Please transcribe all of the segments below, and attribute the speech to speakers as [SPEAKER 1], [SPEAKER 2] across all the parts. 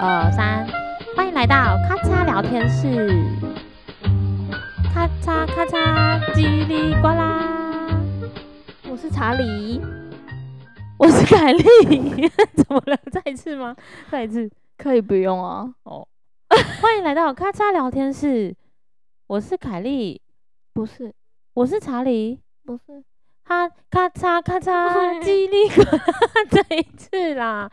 [SPEAKER 1] 二三，欢迎来到咔嚓聊天室，咔嚓咔嚓叽里呱啦，
[SPEAKER 2] 我是查理，
[SPEAKER 1] 我是凯莉， 怎么了？再一次吗？再一次，
[SPEAKER 2] 可以不用啊。
[SPEAKER 1] 欢迎来到咔嚓聊天室，我是凯莉，
[SPEAKER 2] 不是，
[SPEAKER 1] 我是查理，
[SPEAKER 2] 不是，
[SPEAKER 1] 哈咔嚓咔 嚓叽里呱啦，再一次啦。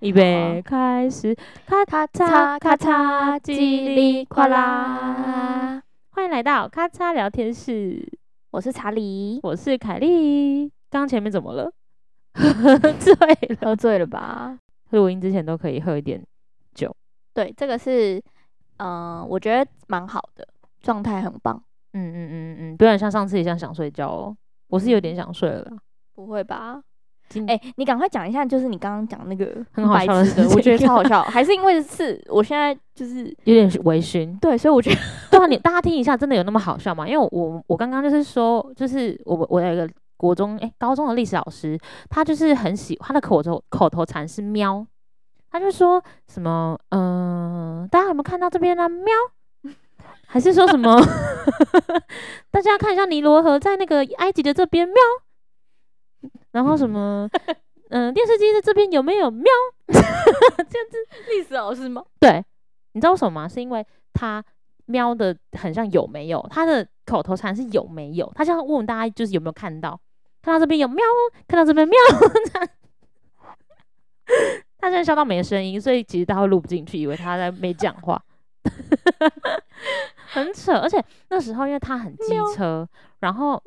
[SPEAKER 1] 预备开始，咔
[SPEAKER 2] 咔
[SPEAKER 1] 嚓咔嚓叽
[SPEAKER 2] 叽
[SPEAKER 1] 里
[SPEAKER 2] 里
[SPEAKER 1] 呱
[SPEAKER 2] 呱
[SPEAKER 1] 啦
[SPEAKER 2] 啦。
[SPEAKER 1] 欢迎来到咔嚓聊天室，
[SPEAKER 2] 我是查理，
[SPEAKER 1] 我是凯莉。刚前面怎么了？ 醉了。
[SPEAKER 2] 喝醉了吧？
[SPEAKER 1] 录音之前都可以喝一点。
[SPEAKER 2] 对，这个是，嗯、我觉得蛮好的，状态很棒。
[SPEAKER 1] 嗯嗯嗯嗯，嗯，不然像上次一样想睡觉哦。我是有点想睡了啦。
[SPEAKER 2] 不会吧？
[SPEAKER 1] 今
[SPEAKER 2] 哎、你赶快讲一下，就是你刚刚讲那个
[SPEAKER 1] 很好
[SPEAKER 2] 白
[SPEAKER 1] 笑的
[SPEAKER 2] 痴
[SPEAKER 1] 事
[SPEAKER 2] 我觉得
[SPEAKER 1] 情
[SPEAKER 2] 超好笑， 还是因为是我现在就是
[SPEAKER 1] 有点微醺。
[SPEAKER 2] 对，所以我觉得
[SPEAKER 1] 对啊，你大家听一下，真的有那么好笑吗？因为我我我刚刚就是说，就是我我有一个国中诶，高中的历史老师，他就是很喜他的口头口头禅是喵，他就说什么嗯、呃大家有没有看到这边呢、啊？喵，还是说什么？ 大家看一下尼罗河在那个埃及的这边喵，然后什么嗯、呃电视机在这边有没有喵？
[SPEAKER 2] 历史老师吗？
[SPEAKER 1] 对，你知道为什么吗？是因为他瞄的很像有没有，他的口头禅是有没有，他想问大家就是有没有看到，看到这边有喵，看到这边喵，这样。 他现在笑到没声音，所以其实他会录不进去，以为他在没讲话， 很扯。而且那时候因为他很机
[SPEAKER 2] 喵
[SPEAKER 1] 车，然后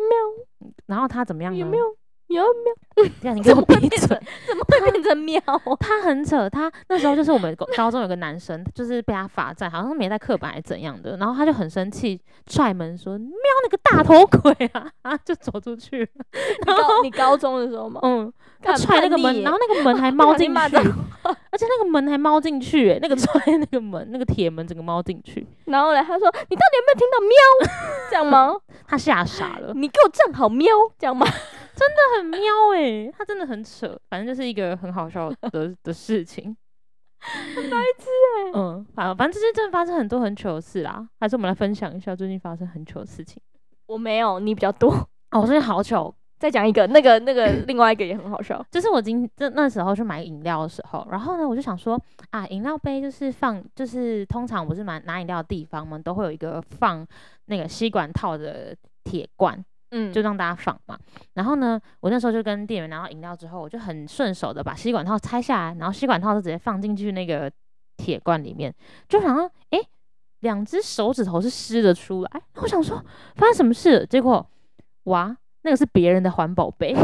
[SPEAKER 1] 然后他怎么样呢？啊
[SPEAKER 2] 有没有？有没有？
[SPEAKER 1] 让你给
[SPEAKER 2] 怎
[SPEAKER 1] 我
[SPEAKER 2] 么会
[SPEAKER 1] 闭
[SPEAKER 2] 变
[SPEAKER 1] 嘴
[SPEAKER 2] 成？怎么会变成喵啊？
[SPEAKER 1] 他很扯，他那时候就是我们高高中有个 男生，就是被他罚站，好像没带课本还是怎样的，然后他就很生气，踹门说：“喵，那个大头鬼啊！” 啊，就走出去了。然后，
[SPEAKER 2] 你高中的时候吗？
[SPEAKER 1] 嗯，他
[SPEAKER 2] 干
[SPEAKER 1] 踹那个
[SPEAKER 2] 叛逆
[SPEAKER 1] 门，
[SPEAKER 2] 耶
[SPEAKER 1] 然后那个门还
[SPEAKER 2] 不
[SPEAKER 1] 猫
[SPEAKER 2] 小心
[SPEAKER 1] 进去，
[SPEAKER 2] 骂脏
[SPEAKER 1] 而且那个门还猫进去、欸，那个踹那个门，那个铁门整个猫进去，
[SPEAKER 2] 然后呢，他说你到底有没有听到喵？ 这样吗？
[SPEAKER 1] 他吓傻 了，
[SPEAKER 2] 你给我站好喵，这样吗？
[SPEAKER 1] 他很喵哎、他真的很扯，反正就是一个很好笑 的的事情。白痴哎、嗯，反反正最近真的发生很多很糗的事啦，还是我们来分享一下最近发生很糗的事情。
[SPEAKER 2] 我没有，你比较多。
[SPEAKER 1] 哦，我最近好糗，
[SPEAKER 2] 再讲一个，那个 那个另外一个也很好笑。
[SPEAKER 1] 就是我今这那时候去买饮料的时候，然后呢，我就想说啊，饮料杯就是放，就是通常不是买拿饮料的地方嘛，都会有一个放那个吸管套的铁罐，
[SPEAKER 2] 嗯，
[SPEAKER 1] 就让大家放嘛。然后呢，我那时候就跟店员拿到饮料之后，我就很顺手的把吸管套拆下来，然后吸管套就直接放进去那个铁罐里面，就想说，诶，两只手指头是湿的出来。我想说，发生什么事了？结果，哇，那个是别人的环保杯。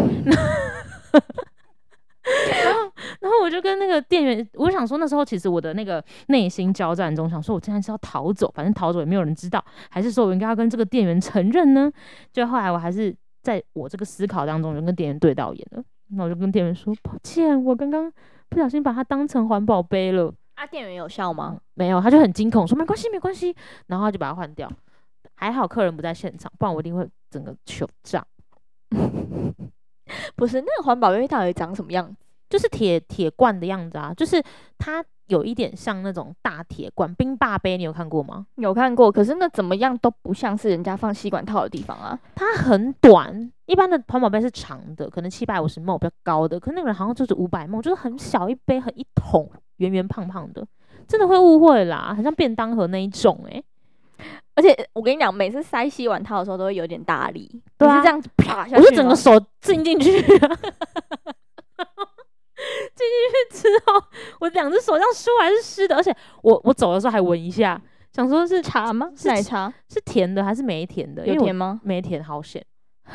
[SPEAKER 1] 然后，然后我就跟那个店员，我想说那时候其实我的那个内心交战中，想说我竟然是要逃走，反正逃走也没有人知道，还是说我应该要跟这个店员承认呢？就后来我还是在我这个思考当中，就跟店员对到眼了。那我就跟店员说：“抱歉，我刚刚不小心把它当成环保杯了。
[SPEAKER 2] 啊，店员有笑吗？
[SPEAKER 1] 没有，他就很惊恐说：“没关系，没关系。”然后他就把它换掉。还好客人不在现场，不然我一定会整个糗炸。
[SPEAKER 2] 不是，那个环保杯到底长什么样子？
[SPEAKER 1] 就是铁铁罐的样子啊，就是它有一点像那种大铁罐冰霸杯，你有看过吗？
[SPEAKER 2] 有看过，可是那怎么样都不像是人家放吸管套的地方啊。
[SPEAKER 1] 它很短，一般的环保杯是长的，可能七百五十 ml 比较高的，可那个人好像就是五百 ml，就是很小一杯，很一桶，圆圆胖胖的，真的会误会啦，很像便当盒那一种诶、
[SPEAKER 2] 而且我跟你讲，每次塞吸管套的时候都会有点大力，
[SPEAKER 1] 对啊
[SPEAKER 2] 你是这样子啪下去吗，
[SPEAKER 1] 我就整个手浸进去、啊，进进去之后，我两只手这样出来是湿的，而且我我走的时候还闻一下，想说是
[SPEAKER 2] 茶吗？
[SPEAKER 1] 是
[SPEAKER 2] 奶茶
[SPEAKER 1] 是甜的还是没甜的，因
[SPEAKER 2] 有
[SPEAKER 1] 为我
[SPEAKER 2] 甜吗？
[SPEAKER 1] 没甜，好险，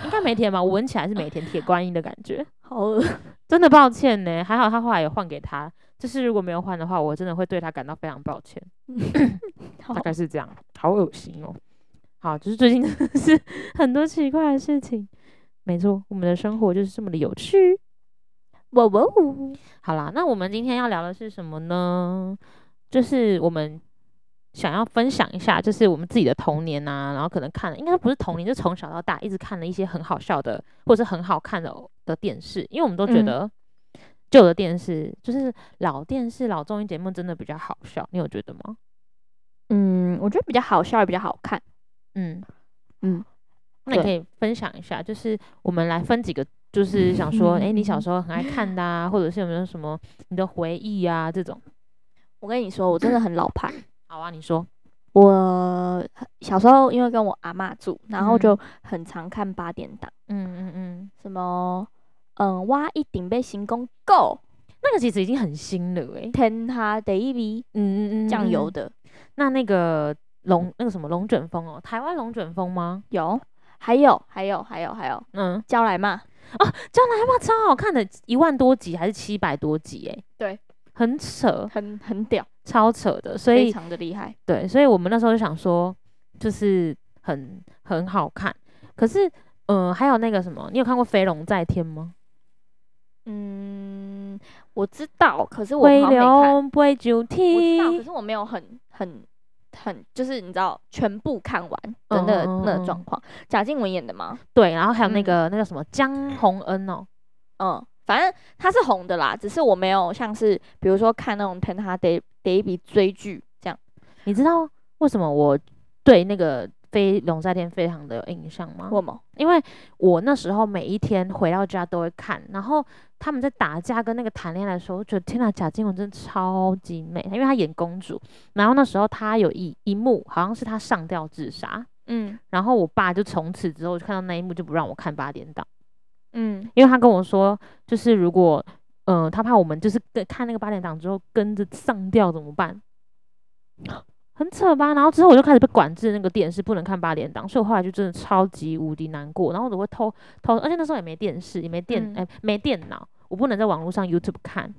[SPEAKER 1] 应该没甜吧？我闻起来是没甜，铁观音的感觉，
[SPEAKER 2] 好恶，
[SPEAKER 1] 真的抱歉呢。还好他后来有换给他，就是如果没有换的话，我真的会对他感到非常抱歉，
[SPEAKER 2] 好
[SPEAKER 1] 大，概是这样，好恶心哦。好，就是最近真的是 很多奇怪的事情，没错，我们的生活就是这么的有趣。
[SPEAKER 2] 哇哇呜，
[SPEAKER 1] 好啦，那我们今天要聊的是什么呢？就是我们想要分享一下，就是我们自己的童年啊，然后可能看了，应该不是童年，就从小到大一直看了一些很好笑的，或是很好看的的电视，因为我们都觉
[SPEAKER 2] 嗯
[SPEAKER 1] 得旧的电视，就是老电视、老综艺节目真的比较好笑，你有觉得吗？
[SPEAKER 2] 嗯，我觉得比较好笑，也比较好看。
[SPEAKER 1] 嗯
[SPEAKER 2] 嗯，
[SPEAKER 1] 那你可
[SPEAKER 2] 对
[SPEAKER 1] 以分享一下，就是我们来分几个，就是想说，哎、你小
[SPEAKER 2] 嗯
[SPEAKER 1] 时候很爱看的啊，或者是有没有什么你的回忆啊这种？
[SPEAKER 2] 我跟你说，我真的很老派。
[SPEAKER 1] 好啊，你说，
[SPEAKER 2] 我小时候因为跟我阿嬷住，然后
[SPEAKER 1] 嗯
[SPEAKER 2] 就很常看八点档，
[SPEAKER 1] 嗯嗯嗯，
[SPEAKER 2] 什么嗯，挖一顶被行宫够，
[SPEAKER 1] 那个其实已经很新了欸诶、
[SPEAKER 2] 天哈得一笔
[SPEAKER 1] 嗯嗯嗯，
[SPEAKER 2] 酱油
[SPEAKER 1] 嗯
[SPEAKER 2] 的、
[SPEAKER 1] 那那个龙那个什么龙卷风哦，台湾龙卷风吗？
[SPEAKER 2] 有，还有还有还有还有
[SPEAKER 1] 嗯，
[SPEAKER 2] 叫来嘛，
[SPEAKER 1] 哇，超好看的，一万多集还是七百多集诶、
[SPEAKER 2] 对，
[SPEAKER 1] 很扯，
[SPEAKER 2] 很很屌，
[SPEAKER 1] 超扯的，所
[SPEAKER 2] 非
[SPEAKER 1] 以
[SPEAKER 2] 常的厉害。
[SPEAKER 1] 对，所以我们那时候就想说，就是很很好看。可是，呃，还有那个什么，你有看过《飞龙在天》吗？
[SPEAKER 2] 嗯，我知道，可哦是我
[SPEAKER 1] 飞
[SPEAKER 2] 好像没看，
[SPEAKER 1] 龙杯酒
[SPEAKER 2] 我知道，可
[SPEAKER 1] 听，
[SPEAKER 2] 是我没有很很很，就是你知道全部看完的那
[SPEAKER 1] 嗯嗯嗯
[SPEAKER 2] 那
[SPEAKER 1] 嗯
[SPEAKER 2] 个状况。贾静雯演的吗？
[SPEAKER 1] 对，然后还有那
[SPEAKER 2] 嗯
[SPEAKER 1] 个、那个什么江宏恩哦，
[SPEAKER 2] 嗯，反正她是红的啦，只是我没有像是比如说看那种《天哈得得一笔》追剧这样。
[SPEAKER 1] 你知道为什么我对那个《飞龙在天》非常的有印象吗？
[SPEAKER 2] 我吗？
[SPEAKER 1] 因为我那时候每一天回到家都会看，然后他们在打架跟那个谈恋爱的时候，我觉得天呐，贾静雯真的超级美，因为她演公主。然后那时候她有一一幕，好像是她上吊自杀，
[SPEAKER 2] 嗯
[SPEAKER 1] 然后我爸就从此之后就看到那一幕就不让我看八点档，
[SPEAKER 2] 嗯，
[SPEAKER 1] 因为他跟我说，就是如果嗯、呃他怕我们就是跟看那个八点档之后跟着上吊怎么办？ 很扯吧，然后之后我就开始被管制那个电视，不能看八点档，所以我后来就真的超级无敌难过。然后我都会偷偷，而且那时候也没电视，也没电，
[SPEAKER 2] 嗯
[SPEAKER 1] 哎、没电脑，我不能在网络上 YouTube 看。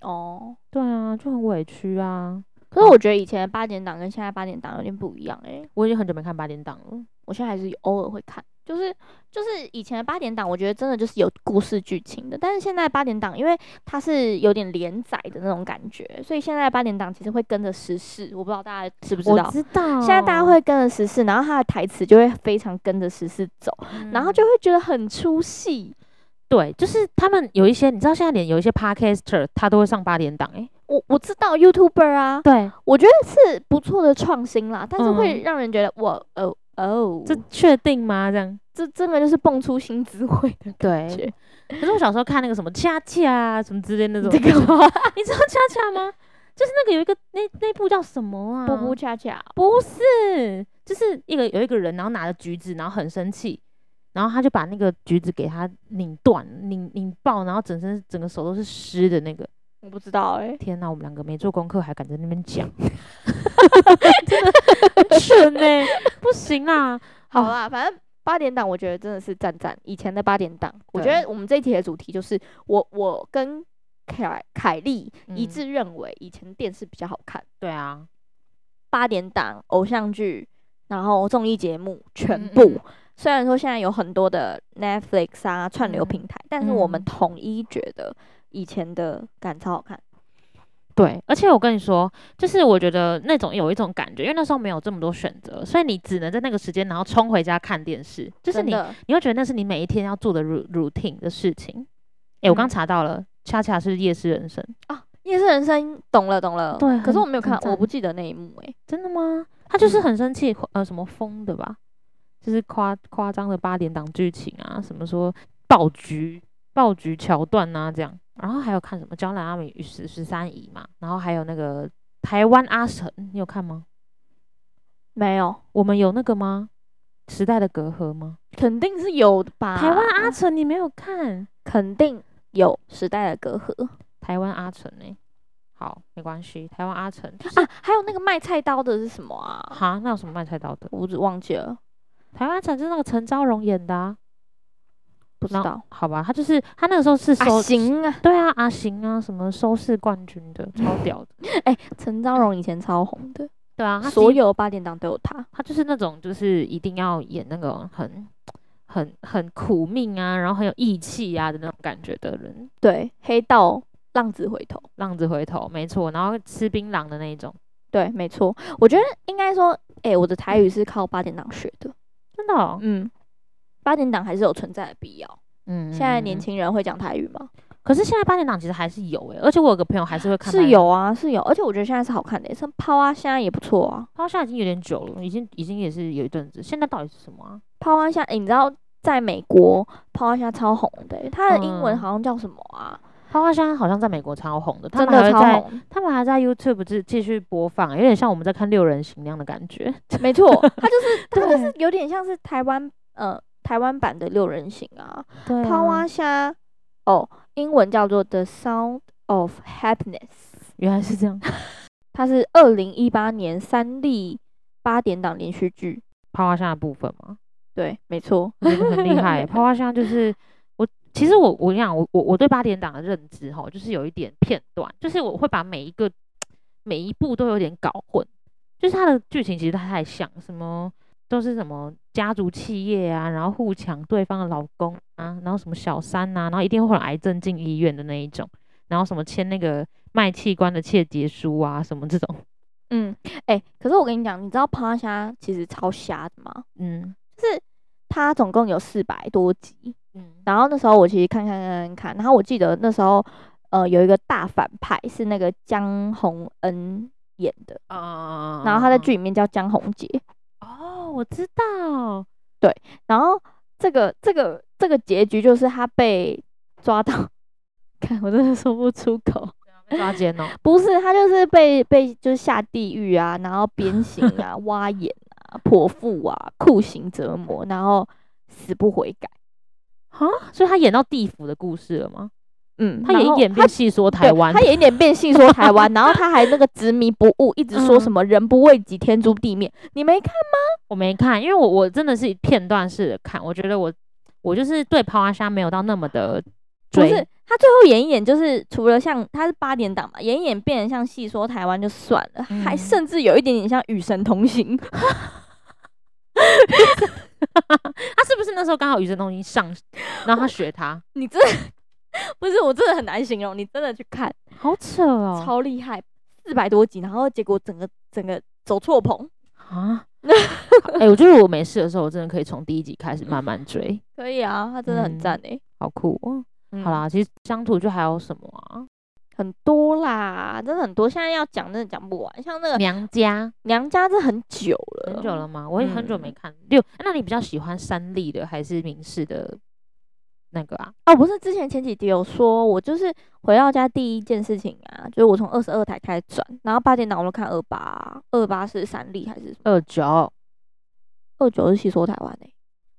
[SPEAKER 2] 哦。嗯
[SPEAKER 1] 对啊，就很委屈啊。
[SPEAKER 2] 可是我觉得以前的八点档跟现在八点档有点不一样诶、
[SPEAKER 1] 我已经很久没看八点档了。
[SPEAKER 2] 我现在还是有偶尔会看，就是就是以前的八点档，我觉得真的就是有故事剧情的，但是现在八点档因为它是有点连载的那种感觉，所以现在八点档其实会跟着时事，我不知道大家知不知
[SPEAKER 1] 我
[SPEAKER 2] 道。
[SPEAKER 1] 知道，
[SPEAKER 2] 现在大家会跟着时事，然后它的台词就会非常跟着时事走，
[SPEAKER 1] 嗯，
[SPEAKER 2] 然后就会觉得很出戏。
[SPEAKER 1] 对，就是他们有一些，你知道现在连有一些 podcaster 他都会上八点档、欸，
[SPEAKER 2] 我我知道 YouTuber 啊，
[SPEAKER 1] 对，
[SPEAKER 2] 我觉得是不错的创新啦，但是
[SPEAKER 1] 嗯
[SPEAKER 2] 会让人觉得我哦哦，
[SPEAKER 1] 这确定吗？这样
[SPEAKER 2] 这真的就是蹦出新滋味的感
[SPEAKER 1] 嗯对。
[SPEAKER 2] 觉。
[SPEAKER 1] 可是我小时候看那个什么恰恰啊什么之类那种，
[SPEAKER 2] 这 个
[SPEAKER 1] 你知道恰恰吗？就是那个有一个那那部叫什么啊？
[SPEAKER 2] 步步恰恰，
[SPEAKER 1] 不是，就是一个有一个人，然后拿着橘子，然后很生气，然后他就把那个橘子给他拧断、拧拧爆，然后整身整个手都是湿的那个。
[SPEAKER 2] 我不知道哎、
[SPEAKER 1] 天哪，我们两个没做功课还敢在那边讲， 真的很蠢呢、不行啊！
[SPEAKER 2] 好
[SPEAKER 1] 啊
[SPEAKER 2] 啦，反正八点档我觉得真的是赞赞。以前的八点档，我觉
[SPEAKER 1] 对
[SPEAKER 2] 得我们这一题的主题就是我我跟凯凯莉
[SPEAKER 1] 嗯
[SPEAKER 2] 一致认为，以前电视比较好看，
[SPEAKER 1] 对啊，
[SPEAKER 2] 八点档、偶像剧，然后综艺节目全
[SPEAKER 1] 嗯
[SPEAKER 2] 部。
[SPEAKER 1] 嗯
[SPEAKER 2] 虽然说现在有很多的 Netflix 啊串流
[SPEAKER 1] 嗯
[SPEAKER 2] 平台，但是我们
[SPEAKER 1] 嗯
[SPEAKER 2] 统一觉得以前的感超好看。
[SPEAKER 1] 对，而且我跟你说，就是我觉得那种有一种感觉，因为那时候没有这么多选择，所以你只能在那个时间，然后冲回家看电视，就是
[SPEAKER 2] 真
[SPEAKER 1] 你
[SPEAKER 2] 的
[SPEAKER 1] 你会觉得那是你每一天要做的 ru- routine 的事情。诶，我刚
[SPEAKER 2] 嗯
[SPEAKER 1] 查到了，恰恰是夜市人生，
[SPEAKER 2] 啊，夜市人生懂了懂了。
[SPEAKER 1] 对
[SPEAKER 2] 可是
[SPEAKER 1] 很
[SPEAKER 2] 我没有
[SPEAKER 1] 很
[SPEAKER 2] 看，我
[SPEAKER 1] 赞
[SPEAKER 2] 不记得那一幕哎、
[SPEAKER 1] 真的吗？他就是
[SPEAKER 2] 嗯
[SPEAKER 1] 很生气，呃，什么疯的吧，就是夸夸张的八点档剧情啊，什么说爆菊爆菊桥段啊这样，然后还有看什么《江南阿美与十十三姨》嘛，然后还有那个台湾阿神，你有看吗？
[SPEAKER 2] 没有，
[SPEAKER 1] 我们有那个吗？时代的隔阂吗？
[SPEAKER 2] 肯定是有的吧？嗯
[SPEAKER 1] 台湾阿成你没有看？
[SPEAKER 2] 啊肯定有时代的隔阂
[SPEAKER 1] 台湾阿成呢、好，没关系。台湾阿成就是
[SPEAKER 2] 啊！还有那个卖菜刀的是什么啊？
[SPEAKER 1] 哈，那有什么卖菜刀的？
[SPEAKER 2] 我只忘记了，
[SPEAKER 1] 台湾阿成是那个陈昭荣演的、啊，
[SPEAKER 2] 不知
[SPEAKER 1] 然后
[SPEAKER 2] 道。
[SPEAKER 1] 好吧？他就是他那个时候是收、
[SPEAKER 2] 啊，行啊！
[SPEAKER 1] 对啊，阿行啊，什么收视冠军的，超屌的。
[SPEAKER 2] 哎、陈昭荣以前超红的，
[SPEAKER 1] 对啊，他
[SPEAKER 2] 所
[SPEAKER 1] 基
[SPEAKER 2] 有八点档都有他。
[SPEAKER 1] 他就是那种就是一定要演那种很很很苦命啊，然后很有义气啊的那种感觉的人。
[SPEAKER 2] 对，黑道浪子回头。
[SPEAKER 1] 浪子回头，没错，然后吃槟榔的那一种。
[SPEAKER 2] 对，没错。我觉得应该说，哎、我的台语是靠八点档学的。
[SPEAKER 1] 真的、哦，
[SPEAKER 2] 嗯，八点档还是有存在的必要。
[SPEAKER 1] 嗯
[SPEAKER 2] 现在年轻人会讲台语吗？
[SPEAKER 1] 可是现在八点档其实还是有欸诶、而且我有个朋友还是会看。
[SPEAKER 2] 是，有啊，是有，而且我觉得现在是好看的，像抛啊，现在也不错啊。
[SPEAKER 1] 他现在已经有点久了，已经已经也是有一阵子。现在到底是什么啊？
[SPEAKER 2] 抛啊，现在、诶你知道在美国抛啊，现在超红的，它的英文
[SPEAKER 1] 嗯
[SPEAKER 2] 好像叫什么啊？
[SPEAKER 1] 花花现在好像在美国超红的，他
[SPEAKER 2] 真
[SPEAKER 1] 们还会
[SPEAKER 2] 的超
[SPEAKER 1] 在
[SPEAKER 2] 红，
[SPEAKER 1] 他们还在 YouTube 继继续播放、有点像我们在看六人行那样的感觉。
[SPEAKER 2] 没错，它就是它就
[SPEAKER 1] 对
[SPEAKER 2] 是有点像是台湾呃台湾版的六人行啊。
[SPEAKER 1] 对
[SPEAKER 2] 抛啊虾哦，英文叫做 The Sound of Happiness，
[SPEAKER 1] 原来是这样。
[SPEAKER 2] 它是二零一八年三立八点档连续剧。
[SPEAKER 1] 花花现在的部分嘛，
[SPEAKER 2] 对，没错，
[SPEAKER 1] 我觉得很厉 害、花花现在就是我，其实我我跟你讲，我我我对八点档的认知哈，就是有一点片段，就是我会把每一个每一部都有点搞混，就是它的剧情其实它太像什么。都是什么家族企业啊，然后互抢对方的老公啊，然后什么小三呐、啊，然后一定会有癌症进医院的那一种，然后什么签那个卖器官的切结书啊，什么这种，
[SPEAKER 2] 嗯，哎、可是我跟你讲，你知道抛啊虾其实超瞎的吗？
[SPEAKER 1] 嗯
[SPEAKER 2] 它总共有四百多集，
[SPEAKER 1] 嗯，
[SPEAKER 2] 然后那时候我其实看看看看看，然后我记得那时候呃有一个大反派是那个江宏恩演的，
[SPEAKER 1] 啊
[SPEAKER 2] 嗯然后他在剧里面叫江宏杰，
[SPEAKER 1] 哦，我知道，
[SPEAKER 2] 然后这个这个这个结局就是他被抓到，看我真的说不出口，
[SPEAKER 1] 抓 奸哦，
[SPEAKER 2] 不是他就是被被就是下地狱啊，然后 鞭刑啊、挖眼啊、剖腹啊、酷刑折磨，然后死不悔改。
[SPEAKER 1] 哈，啊所以他演到地府的故事了吗？
[SPEAKER 2] 嗯，
[SPEAKER 1] 他也
[SPEAKER 2] 然后
[SPEAKER 1] 一点
[SPEAKER 2] 他
[SPEAKER 1] 变戏说
[SPEAKER 2] 对
[SPEAKER 1] 台湾
[SPEAKER 2] 他，也一点变性说台 湾，然后他还那个执迷不悟，一直说什么人不为己，天诛地灭。你没看？
[SPEAKER 1] 我没看，因为我我真的是片段式的看，我觉得我我就是对抛阿虾没有到那么的
[SPEAKER 2] 不
[SPEAKER 1] 追，
[SPEAKER 2] 是，他最后演一演，就是除了像他是八点档嘛，演一演变成像戏说台湾就算了，还
[SPEAKER 1] 嗯
[SPEAKER 2] 甚至有一点点像与神同行。
[SPEAKER 1] 他啊是不是那时候刚好余振东已经 上，然后他学他，
[SPEAKER 2] 你真的 不是，我真的很难形容。你真的去看，
[SPEAKER 1] 好扯哦，
[SPEAKER 2] 超厉害，四百多集，然后结果整个整个走错棚。
[SPEAKER 1] 啊，哎、我觉得我没事的时候，我真的可以从第一集开始慢慢追，
[SPEAKER 2] 可以啊，他真的很
[SPEAKER 1] 嗯
[SPEAKER 2] 赞诶、
[SPEAKER 1] 好酷哦。
[SPEAKER 2] 嗯
[SPEAKER 1] 好，啦，其实乡土剧还有什么啊？
[SPEAKER 2] 很多啦，真的很多。现在要讲真的讲不完，像那个
[SPEAKER 1] 娘家
[SPEAKER 2] 娘家这很久了，
[SPEAKER 1] 很久了吗？我也很久没看。六，那你比较喜欢三立的还是民视的那个啊？
[SPEAKER 2] 哦，不是，之前前几集有说，我就是回到家第一件事情啊，就是我从二十二台开始转，然后八点档我都看二八，二八是三立还是什么？
[SPEAKER 1] 二九，
[SPEAKER 2] 二九是戏说台湾欸诶、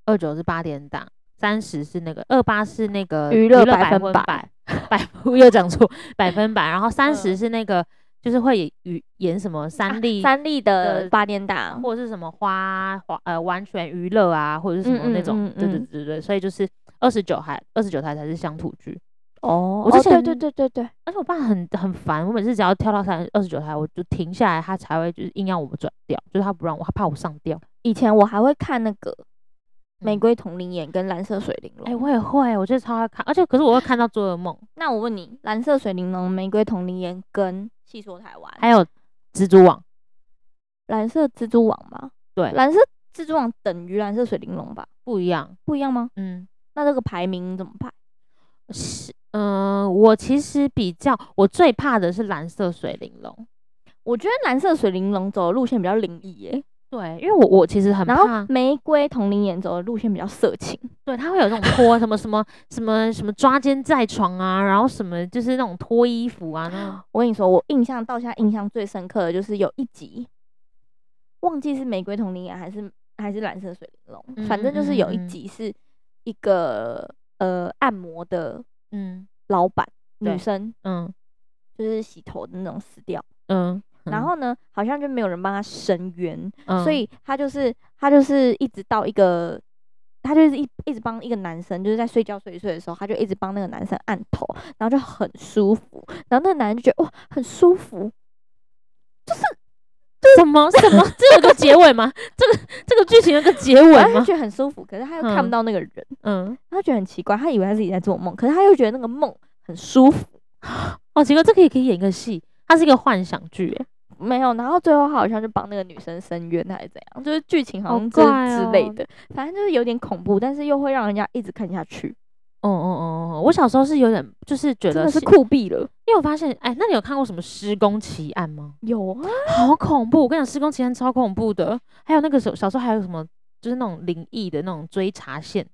[SPEAKER 1] 二九是八点档，三十是那个，二八是那个
[SPEAKER 2] 娱乐百
[SPEAKER 1] 百
[SPEAKER 2] 分
[SPEAKER 1] 分
[SPEAKER 2] 百
[SPEAKER 1] 百，百我又讲错百分百，然后三十是那个、就是会演演什么嗯啊三立、
[SPEAKER 2] 啊三立的
[SPEAKER 1] 的
[SPEAKER 2] 八点档，
[SPEAKER 1] 或者是什么花花呃完全娱乐啊，或者是什么
[SPEAKER 2] 嗯嗯
[SPEAKER 1] 那种，
[SPEAKER 2] 嗯
[SPEAKER 1] 对对
[SPEAKER 2] 嗯
[SPEAKER 1] 对对，所以就是二十九还二十九台才是乡土剧。
[SPEAKER 2] 哦
[SPEAKER 1] 我
[SPEAKER 2] 哦
[SPEAKER 1] 之前
[SPEAKER 2] 对对对对对，
[SPEAKER 1] 而且我爸很很烦，我每次只要跳到三二十九台，我就停下来，他才会就是硬要我们转掉，就是他不让我，他怕我上吊。
[SPEAKER 2] 以前我还会看那个《玫
[SPEAKER 1] 嗯
[SPEAKER 2] 瑰同林眼》跟《蓝色水玲珑》
[SPEAKER 1] 哎、我也会，我就超爱看，而且可是我会看到做噩梦，
[SPEAKER 2] 那我问你，《蓝色水玲珑》《玫瑰同林眼》跟《戏说台湾》
[SPEAKER 1] 还有蜘蛛网，
[SPEAKER 2] 蓝色蜘蛛网》吗？
[SPEAKER 1] 对
[SPEAKER 2] 蓝色蜘蛛网等于蓝色水玲珑吧？
[SPEAKER 1] 不一样。
[SPEAKER 2] 不一样吗？
[SPEAKER 1] 嗯，
[SPEAKER 2] 那这个排名怎么排？
[SPEAKER 1] 呃是，嗯、我其实比较，我最怕的是蓝色水玲珑。
[SPEAKER 2] 我觉得蓝色水玲珑走的路线比较灵异耶，
[SPEAKER 1] 对，因为我我其实很
[SPEAKER 2] 然后
[SPEAKER 1] 怕，
[SPEAKER 2] 玫瑰同林眼走的路线比较色情。
[SPEAKER 1] 对他会有那种拖什么什么什么什么抓奸在床啊，然后什么就是那种脱衣服啊，那种
[SPEAKER 2] 我跟你说，我印象到现在印象最深刻的就是有一集，忘记是玫瑰同林眼还是还是蓝色水玲珑，
[SPEAKER 1] 嗯
[SPEAKER 2] 反正就是有
[SPEAKER 1] 嗯嗯
[SPEAKER 2] 一
[SPEAKER 1] 嗯
[SPEAKER 2] 集是一个呃按摩的
[SPEAKER 1] 嗯
[SPEAKER 2] 老板女
[SPEAKER 1] 对
[SPEAKER 2] 生，
[SPEAKER 1] 嗯
[SPEAKER 2] 就是洗头的那种死掉，
[SPEAKER 1] 嗯，
[SPEAKER 2] 然后呢好像就没有人帮她伸冤，
[SPEAKER 1] 嗯
[SPEAKER 2] 所以他就是他就是一直到一个，他就是一一直帮一个男生，就是在睡觉睡一睡的时候，他就一直帮那个男生按头，然后就很舒服，然后那个男人就觉得哇很舒服，
[SPEAKER 1] 嗯 什么什么？这有个结尾吗？这个这个剧情有个结
[SPEAKER 2] 然
[SPEAKER 1] 尾
[SPEAKER 2] 后他
[SPEAKER 1] 吗？
[SPEAKER 2] 觉得很舒服，可是他又看不
[SPEAKER 1] 嗯
[SPEAKER 2] 到那个人，
[SPEAKER 1] 嗯，
[SPEAKER 2] 他觉得很奇怪，他以为他自己在做梦，可是他又觉得那个梦很舒服，
[SPEAKER 1] 哦，奇怪，这个也可以演一个戏，它是一个幻想剧，哎，
[SPEAKER 2] 没有，然后最后他好像就帮那个女生伸冤还是怎样，就是剧情好
[SPEAKER 1] 好
[SPEAKER 2] 像就是
[SPEAKER 1] 怪
[SPEAKER 2] 之类
[SPEAKER 1] 哦
[SPEAKER 2] 的，反正就是有点恐怖，但是又会让人家一直看下去。
[SPEAKER 1] 嗯嗯嗯嗯，我小时候是有点，就是觉
[SPEAKER 2] 真
[SPEAKER 1] 得
[SPEAKER 2] 的是
[SPEAKER 1] 是
[SPEAKER 2] 酷毙了。
[SPEAKER 1] 因为我发现，哎，那你有看过什么《施工奇案》吗？
[SPEAKER 2] 有啊，
[SPEAKER 1] 好恐怖！我跟你讲，《施工奇案》超恐怖的。还有那个时候，小时候还有什么，就是那种灵异的那种追查线，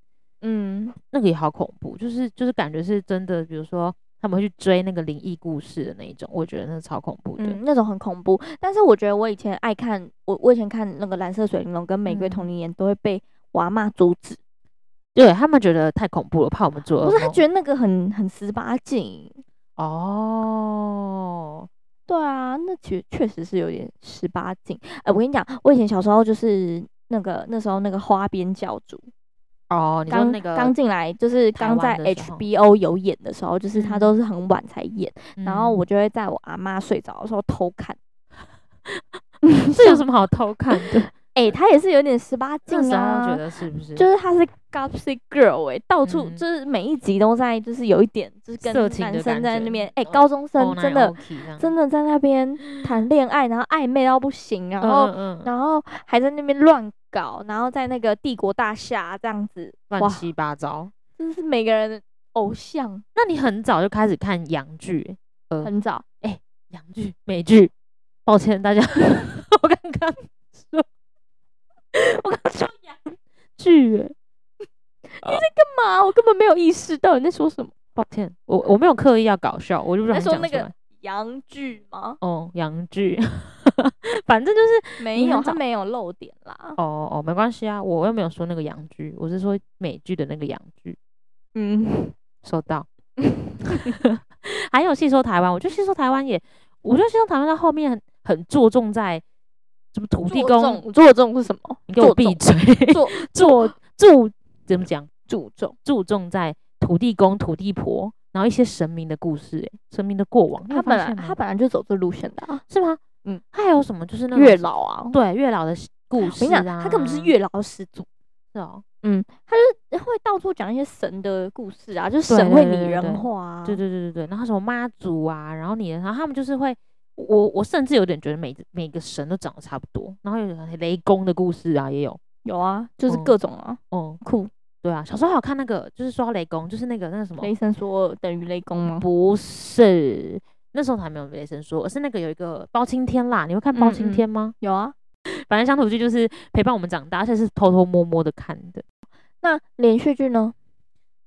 [SPEAKER 2] 嗯，
[SPEAKER 1] 那个也好恐怖，就是就是感觉是真的，比如说他们会去追那个灵异故事的那一种，我觉得那超恐怖的。
[SPEAKER 2] 嗯，那种很恐怖。但是我觉得我以前爱看，我我以前看那个《蓝色水玲珑》跟《玫瑰
[SPEAKER 1] 嗯
[SPEAKER 2] 同龄人》，都会被我阿妈阻止，
[SPEAKER 1] 对他们觉得太恐怖了，怕我们做噩
[SPEAKER 2] 不
[SPEAKER 1] 梦。
[SPEAKER 2] 是她觉
[SPEAKER 1] 得
[SPEAKER 2] 得那个很很十八禁。
[SPEAKER 1] 哦，
[SPEAKER 2] 对啊，那确确实是有点十八禁。哎、我跟你讲，我以前小时候就是那个那时候那个花边教主，
[SPEAKER 1] 哦，你说
[SPEAKER 2] 刚
[SPEAKER 1] 那个
[SPEAKER 2] 刚进来就是
[SPEAKER 1] 台
[SPEAKER 2] 刚在
[SPEAKER 1] 湾的时候
[SPEAKER 2] HBO 有演的时候，就是他
[SPEAKER 1] 嗯
[SPEAKER 2] 都是很晚才演，然后
[SPEAKER 1] 嗯
[SPEAKER 2] 我就会在我阿妈睡着的时候偷看。
[SPEAKER 1] 这有什么好偷看的？
[SPEAKER 2] 哎、他也是有点十八禁
[SPEAKER 1] 那时候觉
[SPEAKER 2] 啊，
[SPEAKER 1] 得是不是？
[SPEAKER 2] 就是他是 Gossip Girl 哎、到处、
[SPEAKER 1] 嗯
[SPEAKER 2] 就是每一集都在就是有一点就是跟
[SPEAKER 1] 色情的
[SPEAKER 2] 男生
[SPEAKER 1] 感
[SPEAKER 2] 在
[SPEAKER 1] 觉
[SPEAKER 2] 那边哎、
[SPEAKER 1] 哦
[SPEAKER 2] 高中生真的、
[SPEAKER 1] 的
[SPEAKER 2] 真的在那边谈恋爱，然后暧昧到不行，然后
[SPEAKER 1] 嗯嗯嗯
[SPEAKER 2] 然后还在那边乱搞，然后在那个帝国大厦这样子，哇
[SPEAKER 1] 乱，七八糟。
[SPEAKER 2] 真是每个人的偶像。
[SPEAKER 1] 那你很早就开始看洋剧、呃
[SPEAKER 2] 很早，
[SPEAKER 1] 洋剧、美剧？抱歉大家， 我刚刚说，我刚说洋 剧耶，
[SPEAKER 2] 干嘛？我根本没有意识到你在说什么。
[SPEAKER 1] 抱歉，我我没有刻意要搞笑，我就不
[SPEAKER 2] 你在
[SPEAKER 1] 想讲
[SPEAKER 2] 说那
[SPEAKER 1] 出
[SPEAKER 2] 个
[SPEAKER 1] 来。
[SPEAKER 2] 洋剧吗？
[SPEAKER 1] 哦，洋剧， 反正就是
[SPEAKER 2] 没
[SPEAKER 1] 你
[SPEAKER 2] 有，
[SPEAKER 1] 很
[SPEAKER 2] 他
[SPEAKER 1] 早
[SPEAKER 2] 没有露点啦。
[SPEAKER 1] 哦哦，没关系啊，我又没有说那个洋剧，我是说美剧的那个洋剧。
[SPEAKER 2] 嗯，
[SPEAKER 1] 收到。 还有吸收台湾，我觉得吸收台湾也，我觉得吸收台湾到后面很很着重在什么土地
[SPEAKER 2] 做
[SPEAKER 1] 公，
[SPEAKER 2] 重做重是什么？
[SPEAKER 1] 你给我
[SPEAKER 2] 做
[SPEAKER 1] 闭
[SPEAKER 2] 重
[SPEAKER 1] 嘴，
[SPEAKER 2] 做
[SPEAKER 1] 注注怎么讲？
[SPEAKER 2] 注重，
[SPEAKER 1] 注重在土地公、土地婆，然后一些神明的故事、欸，神明的过往，你有
[SPEAKER 2] 他
[SPEAKER 1] 发
[SPEAKER 2] 本来
[SPEAKER 1] 现
[SPEAKER 2] 他
[SPEAKER 1] 吗？
[SPEAKER 2] 本来就走这路线的啊，
[SPEAKER 1] 是吗？
[SPEAKER 2] 嗯，
[SPEAKER 1] 还有什么就是那
[SPEAKER 2] 月
[SPEAKER 1] 种
[SPEAKER 2] 老啊。
[SPEAKER 1] 对月老的故
[SPEAKER 2] 我
[SPEAKER 1] 事
[SPEAKER 2] 跟你讲，
[SPEAKER 1] 啊，
[SPEAKER 2] 他根本就是月老始祖。
[SPEAKER 1] 是哦，
[SPEAKER 2] 嗯，他就是会到处讲一些神的故事啊，就是
[SPEAKER 1] 对
[SPEAKER 2] 神
[SPEAKER 1] 对
[SPEAKER 2] 会
[SPEAKER 1] 对
[SPEAKER 2] 拟
[SPEAKER 1] 对对
[SPEAKER 2] 人化啊。
[SPEAKER 1] 对对对对对，然后什么妈祖啊，然后你的，然后他们就是会，我我甚至有点觉得每每个神都长得差不多，然后有雷公的故事啊也有，
[SPEAKER 2] 有啊，就是
[SPEAKER 1] 嗯
[SPEAKER 2] 各种啊，
[SPEAKER 1] 哦、
[SPEAKER 2] 酷。
[SPEAKER 1] 对啊，小时候还有看那个，就是说到雷公，就是那个那个什么，
[SPEAKER 2] 雷神说等于雷公吗？
[SPEAKER 1] 不是那时候还没有雷神说，而是那个有一个包青天啦，你会看包
[SPEAKER 2] 嗯
[SPEAKER 1] 青
[SPEAKER 2] 嗯
[SPEAKER 1] 天吗？
[SPEAKER 2] 有啊。
[SPEAKER 1] 反正乡土剧就是陪伴我们长大，而且是偷偷摸摸的看的。
[SPEAKER 2] 那连续剧呢？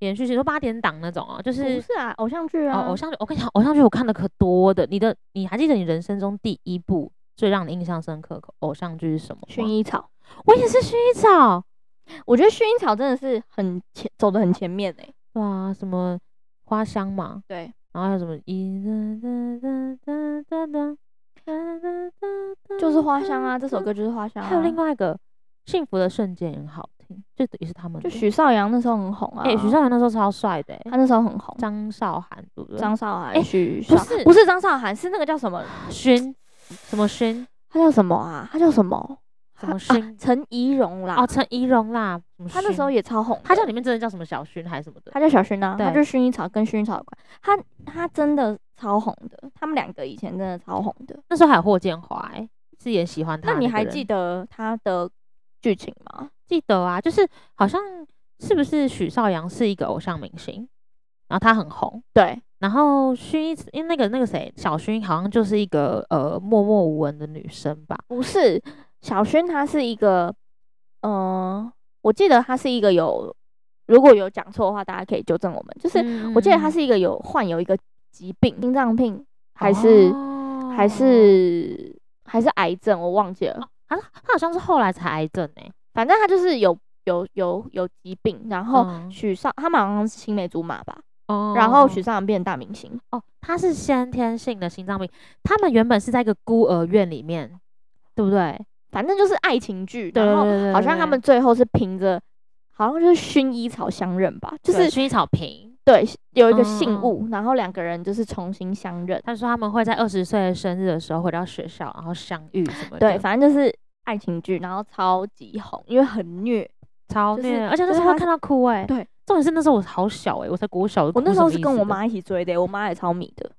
[SPEAKER 1] 连续剧说八点档那种啊，就
[SPEAKER 2] 不
[SPEAKER 1] 是
[SPEAKER 2] 是啊，偶像剧啊。
[SPEAKER 1] 哦，偶像剧，我跟你讲，偶像剧我看的可多的。你的，你还记得你人生中第一部最让你印象深刻的偶像剧是什么吗？
[SPEAKER 2] 薰衣草，
[SPEAKER 1] 我也是薰衣草。
[SPEAKER 2] 我觉得薰衣草真的是很前，走的很前面欸诶、
[SPEAKER 1] 对啊，什么花香嘛，
[SPEAKER 2] 对，
[SPEAKER 1] 然后还有什么一哒哒哒哒哒哒哒哒，
[SPEAKER 2] 就是花香啊，这首歌就是花香、
[SPEAKER 1] 嗯
[SPEAKER 2] 啊。
[SPEAKER 1] 还有另外一个《幸福的瞬间》也很好听，这也是他们的。
[SPEAKER 2] 就许绍洋那时候很红啊。
[SPEAKER 1] 哎、许绍洋那时候超帅的、
[SPEAKER 2] 他
[SPEAKER 1] 欸，
[SPEAKER 2] 那时候很红。
[SPEAKER 1] 张韶涵对不对？
[SPEAKER 2] 张韶涵，
[SPEAKER 1] 哎
[SPEAKER 2] 许
[SPEAKER 1] 不
[SPEAKER 2] 绍
[SPEAKER 1] 是
[SPEAKER 2] 不是张韶涵，是那个叫什么？
[SPEAKER 1] 勋，啊什么勋，
[SPEAKER 2] 他叫什么啊？他叫什么？
[SPEAKER 1] 什么
[SPEAKER 2] 啊
[SPEAKER 1] 勋？
[SPEAKER 2] 陈怡蓉啦。
[SPEAKER 1] 哦，陈怡蓉啦，什么
[SPEAKER 2] 啊他那时
[SPEAKER 1] 勋
[SPEAKER 2] 候也超红的。
[SPEAKER 1] 他叫里面真的叫什么小薰还是什么的？
[SPEAKER 2] 他叫小薰啊，他
[SPEAKER 1] 对
[SPEAKER 2] 就是薰衣草跟薰衣草有关。他他真的超红的，他们两个以前真的超红的。
[SPEAKER 1] 那时候还有霍建华、欸，是也喜欢他
[SPEAKER 2] 那
[SPEAKER 1] 个人。
[SPEAKER 2] 你还记得他的剧情吗？
[SPEAKER 1] 记得啊？就是好像是不是许绍洋是一个偶像明星，然后他很红，
[SPEAKER 2] 对，
[SPEAKER 1] 然后薰衣因为那个那个谁小薰好像就是一个呃默默无闻的女生吧？
[SPEAKER 2] 不是小薰，她是一个，嗯、我记得她是一个有，如果有讲错的话，大家可以纠正我们。就是、
[SPEAKER 1] 嗯
[SPEAKER 2] 我记得她
[SPEAKER 1] 嗯
[SPEAKER 2] 是一个有患有一个疾病，心脏病还是、
[SPEAKER 1] 哦
[SPEAKER 2] 还是还是癌症，我忘记了。
[SPEAKER 1] 啊，他好像是后来才癌症哎、
[SPEAKER 2] 反正她就是有有有有疾病，然后
[SPEAKER 1] 嗯
[SPEAKER 2] 许绍、他们好像是青梅竹马吧，
[SPEAKER 1] 哦
[SPEAKER 2] 然后许绍洋变成大明星，
[SPEAKER 1] 哦，他是先天性的心脏病，他们原本是在一个孤儿院里面，对不对？
[SPEAKER 2] 反正就是爱情剧，
[SPEAKER 1] 对
[SPEAKER 2] 然后
[SPEAKER 1] 对对
[SPEAKER 2] 好像他
[SPEAKER 1] 对
[SPEAKER 2] 们最后是凭着。好像就是薰衣草相认吧，就
[SPEAKER 1] 对
[SPEAKER 2] 是
[SPEAKER 1] 薰衣草瓶，
[SPEAKER 2] 对，有一个
[SPEAKER 1] 嗯
[SPEAKER 2] 信
[SPEAKER 1] 嗯
[SPEAKER 2] 物，然后两个人就是重新相认。
[SPEAKER 1] 他说他们会在二十岁的生日的时候回到学校，然后相遇什么的。
[SPEAKER 2] 对，反正就是爱情剧，然后超级红，因为很虐。
[SPEAKER 1] 超
[SPEAKER 2] 就是
[SPEAKER 1] 虐，而且那
[SPEAKER 2] 就是
[SPEAKER 1] 时候
[SPEAKER 2] 他
[SPEAKER 1] 看到哭哎、
[SPEAKER 2] 对，
[SPEAKER 1] 重点是那时候我好小哎、我才国小，
[SPEAKER 2] 我
[SPEAKER 1] 哭
[SPEAKER 2] 那时
[SPEAKER 1] 什
[SPEAKER 2] 候
[SPEAKER 1] 么
[SPEAKER 2] 是
[SPEAKER 1] 意
[SPEAKER 2] 跟
[SPEAKER 1] 思
[SPEAKER 2] 我
[SPEAKER 1] 的
[SPEAKER 2] 妈一起追的，我妈也超迷的。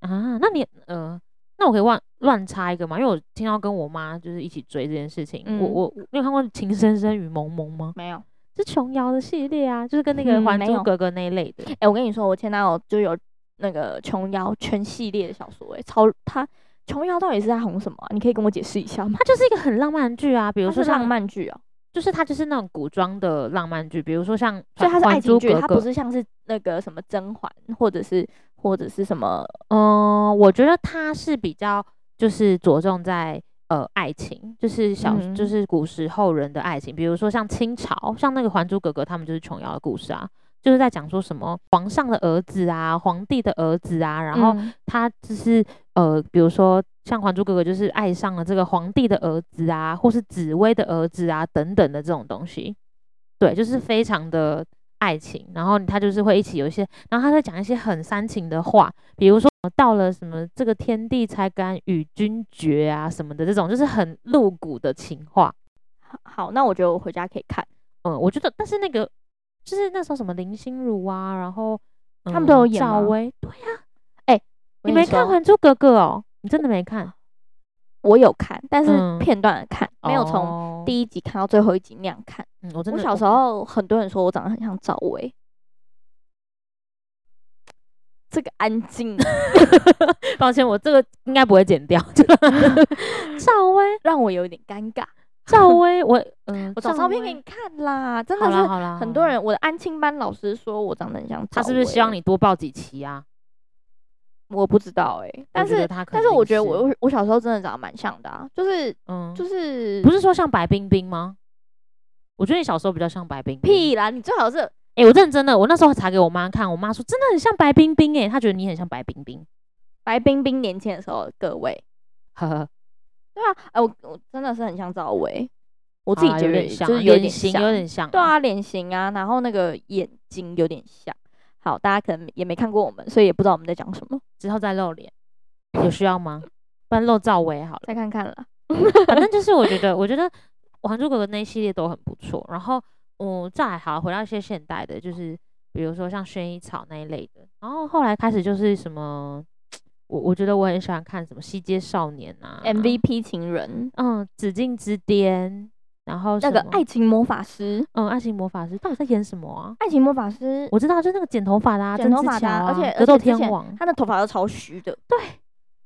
[SPEAKER 1] 啊。那你呃，那我可以乱乱插一个吗？因为我听到跟我妈就是一起追这件事情，
[SPEAKER 2] 嗯
[SPEAKER 1] 我我我你有看过《情深深雨蒙蒙》吗？
[SPEAKER 2] 没有，
[SPEAKER 1] 是琼瑶的系列啊，就是跟那个《
[SPEAKER 2] 嗯
[SPEAKER 1] 还
[SPEAKER 2] 没
[SPEAKER 1] 珠
[SPEAKER 2] 有
[SPEAKER 1] 格格》那一类的。
[SPEAKER 2] 哎、我跟你说，我前男友就有那个琼瑶全系列的小说、欸，哎，超他琼瑶到底是在红什么啊、你可以跟我解释一下吗？
[SPEAKER 1] 它就是一个很浪漫的剧啊，比
[SPEAKER 2] 比
[SPEAKER 1] 如说
[SPEAKER 2] 浪
[SPEAKER 1] 像，
[SPEAKER 2] 漫剧哦、
[SPEAKER 1] 就是它就是那种古装的浪漫剧，比如说像《 呃
[SPEAKER 2] 所以它是
[SPEAKER 1] 还
[SPEAKER 2] 爱情
[SPEAKER 1] 珠
[SPEAKER 2] 剧，
[SPEAKER 1] 格
[SPEAKER 2] 它
[SPEAKER 1] 格
[SPEAKER 2] 不是像是那个什么甄嬛，或者是或者是什么
[SPEAKER 1] 嗯，我觉得他是比较就是着重在呃爱情，就是小、就
[SPEAKER 2] 嗯
[SPEAKER 1] 是古时候人的爱情，比如说像清朝，像那个《还珠格格》，他们就是琼瑶的故事啊，就是在讲说什么皇上的儿子啊，皇帝的儿子啊，然后
[SPEAKER 2] 嗯
[SPEAKER 1] 他就是呃，比如说像《还珠格格》，就是爱上了这个皇帝的儿子啊，或是紫薇的儿子啊等等的这种东西，对，就是非常的爱情。然后他就是会一起有一些，然后他会讲一些很煽情的话，比如说呃到了什么这个天地才敢与君绝啊什么的这种，就是很露骨的情话。
[SPEAKER 2] 好好，那我觉得我回家可以看，
[SPEAKER 1] 嗯，我觉得，但是那个就是那时候什么林心如啊，然后、嗯、
[SPEAKER 2] 他们都有演
[SPEAKER 1] 赵
[SPEAKER 2] 吗
[SPEAKER 1] 薇，对呀、
[SPEAKER 2] 我
[SPEAKER 1] 你
[SPEAKER 2] 跟
[SPEAKER 1] 没看《
[SPEAKER 2] 说
[SPEAKER 1] 还珠格格》哦？你真的没看？
[SPEAKER 2] 我有看，但是
[SPEAKER 1] 嗯
[SPEAKER 2] 片段地看，没有从
[SPEAKER 1] 从
[SPEAKER 2] 第一集看到最后一集那样看。
[SPEAKER 1] 嗯，我真
[SPEAKER 2] 我
[SPEAKER 1] 的
[SPEAKER 2] 小 时候很多人说我长得很像赵薇，这个安 静
[SPEAKER 1] 抱歉，我这个应该不会剪掉。 赵薇，
[SPEAKER 2] 让我有点尴尬。
[SPEAKER 1] 赵薇， 我嗯，
[SPEAKER 2] 我找
[SPEAKER 1] 赵
[SPEAKER 2] 照片
[SPEAKER 1] 薇
[SPEAKER 2] 给你看啦，真
[SPEAKER 1] 好
[SPEAKER 2] 的
[SPEAKER 1] 啦
[SPEAKER 2] 是
[SPEAKER 1] 好啦，
[SPEAKER 2] 很
[SPEAKER 1] 好
[SPEAKER 2] 多
[SPEAKER 1] 啦，
[SPEAKER 2] 人，我的安庆班老师说我长得很像
[SPEAKER 1] 他
[SPEAKER 2] 赵薇，
[SPEAKER 1] 是不是希望你多报几期啊？
[SPEAKER 2] 我不知道哎、但
[SPEAKER 1] 我觉得
[SPEAKER 2] 是
[SPEAKER 1] 他可
[SPEAKER 2] 但是我
[SPEAKER 1] 能
[SPEAKER 2] 觉得我我小时候真的长得蛮像的啊，就是
[SPEAKER 1] 嗯，
[SPEAKER 2] 就是
[SPEAKER 1] 不是说像白冰冰吗？我觉得你小时候比较像白冰冰。！
[SPEAKER 2] 屁啦，你最好是
[SPEAKER 1] 哎、我认真的，我那时候查给我妈看，我妈说真的很像白冰冰哎、她觉得你很像白冰冰。
[SPEAKER 2] 白冰冰年轻的时候，各位
[SPEAKER 1] 呵呵，
[SPEAKER 2] 对啊，哎、我我真的是很像赵薇，我自己
[SPEAKER 1] 好啦
[SPEAKER 2] 觉
[SPEAKER 1] 有
[SPEAKER 2] 得
[SPEAKER 1] 点像啊，
[SPEAKER 2] 就是有
[SPEAKER 1] 脸
[SPEAKER 2] 点
[SPEAKER 1] 型
[SPEAKER 2] 像
[SPEAKER 1] 有点像，
[SPEAKER 2] 对，啊，脸型啊，然后那个眼睛有点像。好，大家可能也没看过我们，所以也不知道我们在讲什么，
[SPEAKER 1] 之后再露脸，有需要吗？不然露赵薇好了。
[SPEAKER 2] 再看看啦。
[SPEAKER 1] 反正就是我觉得，我觉得《还珠格格》那一系列都很不错。然后，嗯，再来好回到一些现代的，就是比如说像薰衣草那一类的。然后后来开始就是什么，我我觉得我很喜欢看什么《西街少年》啊
[SPEAKER 2] MVP 情人，
[SPEAKER 1] 嗯，《紫禁之巅》，然后
[SPEAKER 2] 那
[SPEAKER 1] 什
[SPEAKER 2] 个
[SPEAKER 1] 么
[SPEAKER 2] 爱情魔法师，
[SPEAKER 1] 嗯，爱情魔法师到底在演什么啊？
[SPEAKER 2] 爱情魔法师，
[SPEAKER 1] 我知道，就是那个剪头发的、啊，
[SPEAKER 2] 剪
[SPEAKER 1] 曾
[SPEAKER 2] 头
[SPEAKER 1] 志
[SPEAKER 2] 发的啊
[SPEAKER 1] 乔
[SPEAKER 2] 而且
[SPEAKER 1] 格
[SPEAKER 2] 而
[SPEAKER 1] 斗
[SPEAKER 2] 且之
[SPEAKER 1] 天
[SPEAKER 2] 前
[SPEAKER 1] 王，
[SPEAKER 2] 他的头发都超虚的。
[SPEAKER 1] 对，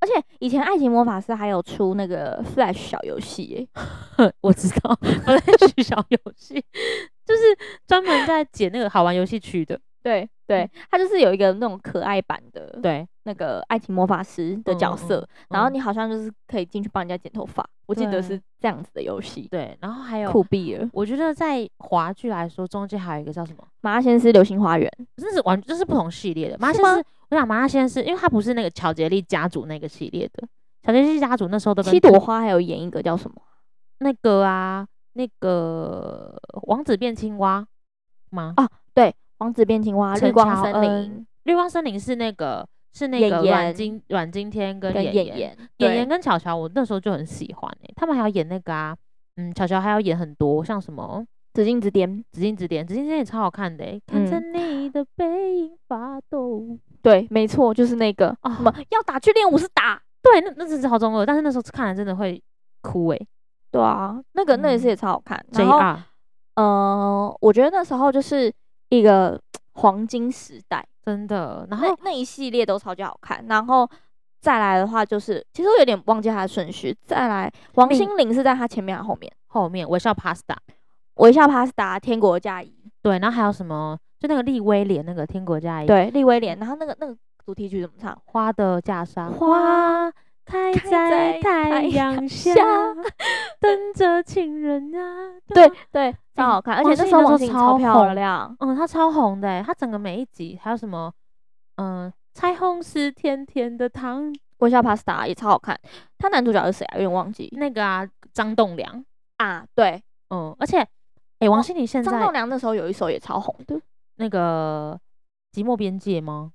[SPEAKER 2] 而且以前爱情魔法师还有出那个 Flash 小游戏耶，
[SPEAKER 1] 我知道，我在取小游戏， 就是专门在剪那个好玩游戏区的，
[SPEAKER 2] 对对，它嗯就是有一个那种可爱版的
[SPEAKER 1] 对，
[SPEAKER 2] 那个爱情魔法师的角色，
[SPEAKER 1] 嗯
[SPEAKER 2] 然后
[SPEAKER 1] 嗯
[SPEAKER 2] 你好像就是可以进去帮人家剪头发，我记
[SPEAKER 1] 对
[SPEAKER 2] 得是这样子的游戏，
[SPEAKER 1] 对，然后还有
[SPEAKER 2] 酷毙了！
[SPEAKER 1] 我觉得在华剧来说，中间还有一个叫什么，
[SPEAKER 2] 麻辣鲜师流星花园，
[SPEAKER 1] 这是完这是不同系列的。麻辣
[SPEAKER 2] 是
[SPEAKER 1] 鲜师
[SPEAKER 2] 吗，
[SPEAKER 1] 我想麻辣鲜师，因为它不是那个乔杰利家族那个系列的，乔杰利家族那时候都跟
[SPEAKER 2] 七朵花还有演一个叫什么？
[SPEAKER 1] 那个啊，那个王子变青蛙吗？
[SPEAKER 2] 王子变青蛙，
[SPEAKER 1] 陈
[SPEAKER 2] 绿光
[SPEAKER 1] 乔
[SPEAKER 2] 森林
[SPEAKER 1] 恩，绿光森林是那个是那
[SPEAKER 2] 演
[SPEAKER 1] 个阮
[SPEAKER 2] 员
[SPEAKER 1] 经阮经天跟
[SPEAKER 2] 跟
[SPEAKER 1] 演
[SPEAKER 2] 演
[SPEAKER 1] 员
[SPEAKER 2] 员，
[SPEAKER 1] 演
[SPEAKER 2] 对
[SPEAKER 1] 员跟巧巧，我那时候就很喜欢诶、他们还要演那个啊，嗯，巧巧还要演很多像什么。
[SPEAKER 2] 紫禁之巅，
[SPEAKER 1] 紫禁之巅，紫禁之巅也超好看的、欸，
[SPEAKER 2] 嗯
[SPEAKER 1] 看着你的背影发抖。
[SPEAKER 2] 对，没错，就是那个
[SPEAKER 1] 啊
[SPEAKER 2] 什么要打去练武是打，
[SPEAKER 1] 对，那那只是超中二，但是那时候看了真的会哭欸诶、
[SPEAKER 2] 对啊，那个那
[SPEAKER 1] 嗯
[SPEAKER 2] 也
[SPEAKER 1] 啊
[SPEAKER 2] 是也超好看。
[SPEAKER 1] J
[SPEAKER 2] 然后，
[SPEAKER 1] R
[SPEAKER 2] 呃，我觉得那时候就是一个黄金时代，
[SPEAKER 1] 真的，然
[SPEAKER 2] 那
[SPEAKER 1] 后
[SPEAKER 2] 那一系列都超级好看。然后再来的话，就是其实我有点忘记它的顺序。再来，王
[SPEAKER 1] 另
[SPEAKER 2] 心凌是在它前面还是后面？
[SPEAKER 1] 后面微笑 Pasta，
[SPEAKER 2] 微笑 Pasta、天国嫁衣，
[SPEAKER 1] 对，然后还有什么，就那个利威廉那个天国嫁衣，，
[SPEAKER 2] 对，利威廉。然后那个那个主题曲怎么唱？
[SPEAKER 1] 花的嫁纱，
[SPEAKER 2] 花
[SPEAKER 1] 开
[SPEAKER 2] 开
[SPEAKER 1] 在
[SPEAKER 2] 在
[SPEAKER 1] 太
[SPEAKER 2] 太
[SPEAKER 1] 阳下
[SPEAKER 2] 下，
[SPEAKER 1] 等着情人啊，
[SPEAKER 2] 对
[SPEAKER 1] 哒，
[SPEAKER 2] 对，超好看。而
[SPEAKER 1] 王
[SPEAKER 2] 哦且
[SPEAKER 1] 心
[SPEAKER 2] 那时候
[SPEAKER 1] 凌那
[SPEAKER 2] 王
[SPEAKER 1] 时候
[SPEAKER 2] 心凌超
[SPEAKER 1] 超
[SPEAKER 2] 漂
[SPEAKER 1] 红
[SPEAKER 2] 亮，
[SPEAKER 1] 嗯，它超红的、欸，它整个每一集还有什么，嗯、彩虹是甜甜的糖，
[SPEAKER 2] 微笑 Pasta 也超好看。他男主角是谁啊？有点忘记
[SPEAKER 1] 那个啊，张栋梁，
[SPEAKER 2] 啊。对，
[SPEAKER 1] 嗯，而且，哎、王
[SPEAKER 2] 哦
[SPEAKER 1] 心凌现
[SPEAKER 2] 张栋
[SPEAKER 1] 在
[SPEAKER 2] 梁那时候有一首也超红的，
[SPEAKER 1] 那个《寂寞边界》吗？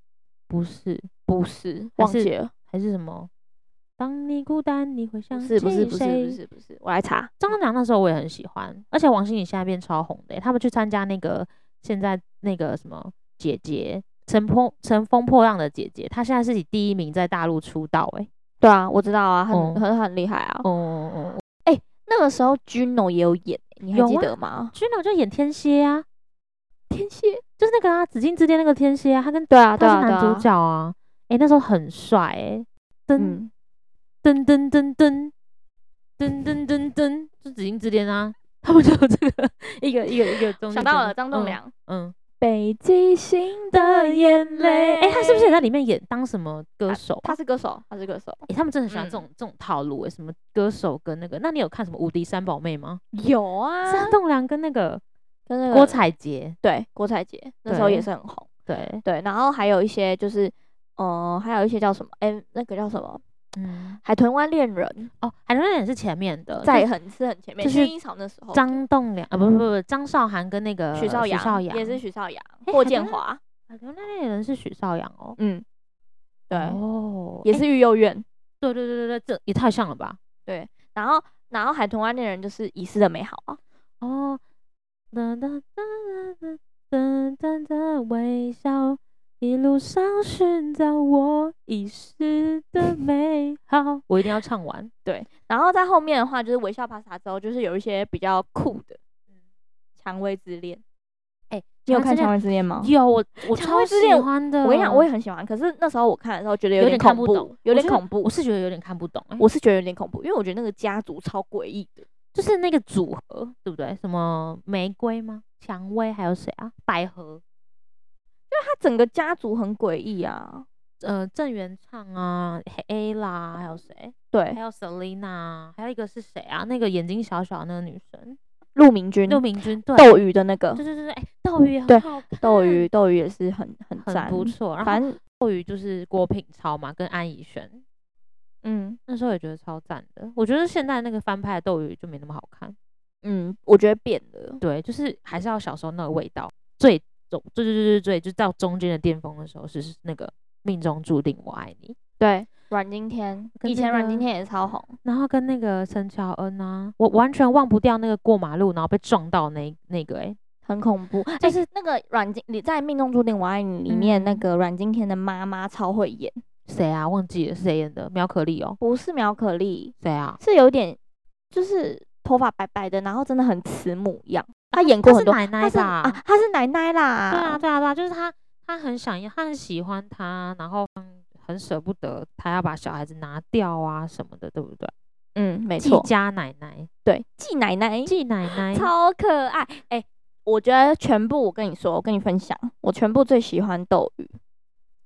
[SPEAKER 1] 不是，
[SPEAKER 2] 不是
[SPEAKER 1] 还
[SPEAKER 2] 忘
[SPEAKER 1] 是
[SPEAKER 2] 记了。
[SPEAKER 1] 还是什么？当你孤单，你会想
[SPEAKER 2] 不
[SPEAKER 1] 起
[SPEAKER 2] 是
[SPEAKER 1] 谁？
[SPEAKER 2] 不是不是不是不是，我来查。
[SPEAKER 1] 张栋梁那时候我也很喜欢，而且王心凌现在变超红的欸、他们去参加那个现在那个什么姐姐乘风乘风破浪的姐姐，她现在是以第一名在大陆出道、欸，哎，
[SPEAKER 2] 对啊，我知道啊，很
[SPEAKER 1] 哦
[SPEAKER 2] 很很厉害啊。
[SPEAKER 1] 哦哦哦，
[SPEAKER 2] 那个时候 Juno 也有演欸，你还
[SPEAKER 1] 有
[SPEAKER 2] 记
[SPEAKER 1] 啊
[SPEAKER 2] 得吗？
[SPEAKER 1] 君娜就演天蝎啊，
[SPEAKER 2] 天蝎，
[SPEAKER 1] 就是那个啊，《紫禁之巅》那个天蝎啊，他跟
[SPEAKER 2] 对啊，对
[SPEAKER 1] 他
[SPEAKER 2] 啊，
[SPEAKER 1] 是
[SPEAKER 2] 对
[SPEAKER 1] 男主
[SPEAKER 2] 啊，
[SPEAKER 1] 角啊，哎、那时候很帅哎、噔
[SPEAKER 2] 嗯，
[SPEAKER 1] 噔噔噔噔噔噔噔噔，就《紫禁之巅》啊，他们就有这个一个一个一个东西。
[SPEAKER 2] 想到了张栋，梁，
[SPEAKER 1] 嗯，
[SPEAKER 2] 北极星的
[SPEAKER 1] 的
[SPEAKER 2] 眼
[SPEAKER 1] 眼泪，
[SPEAKER 2] 泪
[SPEAKER 1] 哎、他是不是也在里面演当什么歌手啊、
[SPEAKER 2] 哦他是歌手，他是歌手，
[SPEAKER 1] 欸，他们真的很喜欢这
[SPEAKER 2] 嗯
[SPEAKER 1] 种、这种套路欸，什么歌手跟那个，那你有看什么《无敌三宝妹》吗？呃
[SPEAKER 2] 有啊，
[SPEAKER 1] 张栋梁跟那个
[SPEAKER 2] 跟那个
[SPEAKER 1] 郭采洁，
[SPEAKER 2] 对郭采洁那时候也
[SPEAKER 1] 对
[SPEAKER 2] 是很红，
[SPEAKER 1] 对，
[SPEAKER 2] 对，然后还有一些就是，呃，还有一些叫什么，哎，那个叫什么
[SPEAKER 1] 嗯，
[SPEAKER 2] 《海豚湾恋人
[SPEAKER 1] 哦，海豚也是前面的，》，
[SPEAKER 2] 在
[SPEAKER 1] 呃就
[SPEAKER 2] 很是很前面，
[SPEAKER 1] 就是
[SPEAKER 2] 薰衣草那时候的，
[SPEAKER 1] 张栋梁啊，不不不不，张韶涵跟那个
[SPEAKER 2] 哦许绍
[SPEAKER 1] 许
[SPEAKER 2] 洋
[SPEAKER 1] 绍洋
[SPEAKER 2] 也是许 绍洋，
[SPEAKER 1] 哎
[SPEAKER 2] 霍
[SPEAKER 1] 海
[SPEAKER 2] 建
[SPEAKER 1] 豚
[SPEAKER 2] 华，
[SPEAKER 1] 海豚那人是许绍洋哦，
[SPEAKER 2] 嗯，对，
[SPEAKER 1] 哦，
[SPEAKER 2] 也
[SPEAKER 1] 欸
[SPEAKER 2] 是育幼院，
[SPEAKER 1] 对对对对对，这也太像了吧？
[SPEAKER 2] 然后然后《海豚湾恋人》就是《遗失的美好》啊，
[SPEAKER 1] 哦，噔噔噔噔噔噔噔，微笑。一路上寻找我遗失的美好，我一定要唱完。
[SPEAKER 2] 然后在后面的话就是《微笑 Pasta》之后，就是有一些比较酷的，嗯，《蔷薇之恋》，
[SPEAKER 1] 哎
[SPEAKER 2] 你有
[SPEAKER 1] 蔷薇
[SPEAKER 2] 看《
[SPEAKER 1] 之
[SPEAKER 2] 蔷
[SPEAKER 1] 恋
[SPEAKER 2] 薇之恋》吗？
[SPEAKER 1] 有我，我
[SPEAKER 2] 蔷
[SPEAKER 1] 超
[SPEAKER 2] 薇之
[SPEAKER 1] 喜
[SPEAKER 2] 恋
[SPEAKER 1] 欢的。
[SPEAKER 2] 我跟你讲，我也很喜欢，可是那时候我看的时候觉得
[SPEAKER 1] 有
[SPEAKER 2] 点
[SPEAKER 1] 看不
[SPEAKER 2] 恐怖
[SPEAKER 1] 懂，，我
[SPEAKER 2] 有
[SPEAKER 1] 觉
[SPEAKER 2] 点
[SPEAKER 1] 得
[SPEAKER 2] 恐怖
[SPEAKER 1] 我，是觉得有点看不懂、欸。
[SPEAKER 2] 我是觉得有点恐怖，因为我觉得那个家族超诡异的。
[SPEAKER 1] 就是那个组合，对不对？什么玫瑰吗？蔷薇还有谁啊？百合，
[SPEAKER 2] 他整个家族很诡异啊。
[SPEAKER 1] 呃，郑元畅啊，A 啦，还有谁？
[SPEAKER 2] 对
[SPEAKER 1] 还，有 Selina，还有一个是谁啊？那个眼睛小小的那个女生，
[SPEAKER 2] 陆明君、
[SPEAKER 1] 陆明君，对，
[SPEAKER 2] 斗鱼的那个
[SPEAKER 1] 对对对对，哎、斗鱼也
[SPEAKER 2] 对
[SPEAKER 1] 很好看，
[SPEAKER 2] 斗鱼，斗鱼也是很很
[SPEAKER 1] 很
[SPEAKER 2] 赞，
[SPEAKER 1] 不错。然后
[SPEAKER 2] 反正
[SPEAKER 1] 斗鱼就是郭品超嘛，跟安以轩，
[SPEAKER 2] 嗯
[SPEAKER 1] 那时候也觉得超赞的。我觉得现在那个翻拍的斗鱼就没那么好看。
[SPEAKER 2] 嗯，我觉得变了。
[SPEAKER 1] 对，就是还是要小时候那个味道，最中最最最最最就到中间的巅峰的时候是是那个命中注定我爱你，
[SPEAKER 2] 对，阮经天，
[SPEAKER 1] 跟
[SPEAKER 2] 以
[SPEAKER 1] 这
[SPEAKER 2] 前阮
[SPEAKER 1] 个
[SPEAKER 2] 经天也超红。
[SPEAKER 1] 然后跟那个陈乔恩啊，我完全忘不掉那个过马路然后被撞到那一那个诶、哎
[SPEAKER 2] 很恐怖，
[SPEAKER 1] 就
[SPEAKER 2] 就
[SPEAKER 1] 是
[SPEAKER 2] 那个阮经你在《命中注定我爱你》里面那
[SPEAKER 1] 嗯
[SPEAKER 2] 个阮经天的妈妈超会演，
[SPEAKER 1] 谁啊忘记了是谁演的苗可丽哦，
[SPEAKER 2] 不是苗可丽，
[SPEAKER 1] 谁啊？
[SPEAKER 2] 是有点就是头发白白的，然后真的很慈母一样。她演过
[SPEAKER 1] 她
[SPEAKER 2] 很
[SPEAKER 1] 是
[SPEAKER 2] 多，
[SPEAKER 1] 奶
[SPEAKER 2] 啊她
[SPEAKER 1] 奶
[SPEAKER 2] 是
[SPEAKER 1] 吧？
[SPEAKER 2] 啊，她是奶奶啦。
[SPEAKER 1] 对啊对啊对啊，就是他他很想要，他很喜欢他，然后很很舍不得他要把小孩子拿掉啊什么的，对不对？
[SPEAKER 2] 嗯，没
[SPEAKER 1] 季
[SPEAKER 2] 错，
[SPEAKER 1] 家奶奶，
[SPEAKER 2] 对，季奶奶，
[SPEAKER 1] 季奶奶，
[SPEAKER 2] 超可爱。哎、我觉得全部，我跟你说，我跟你分享，我全部最喜欢斗鱼，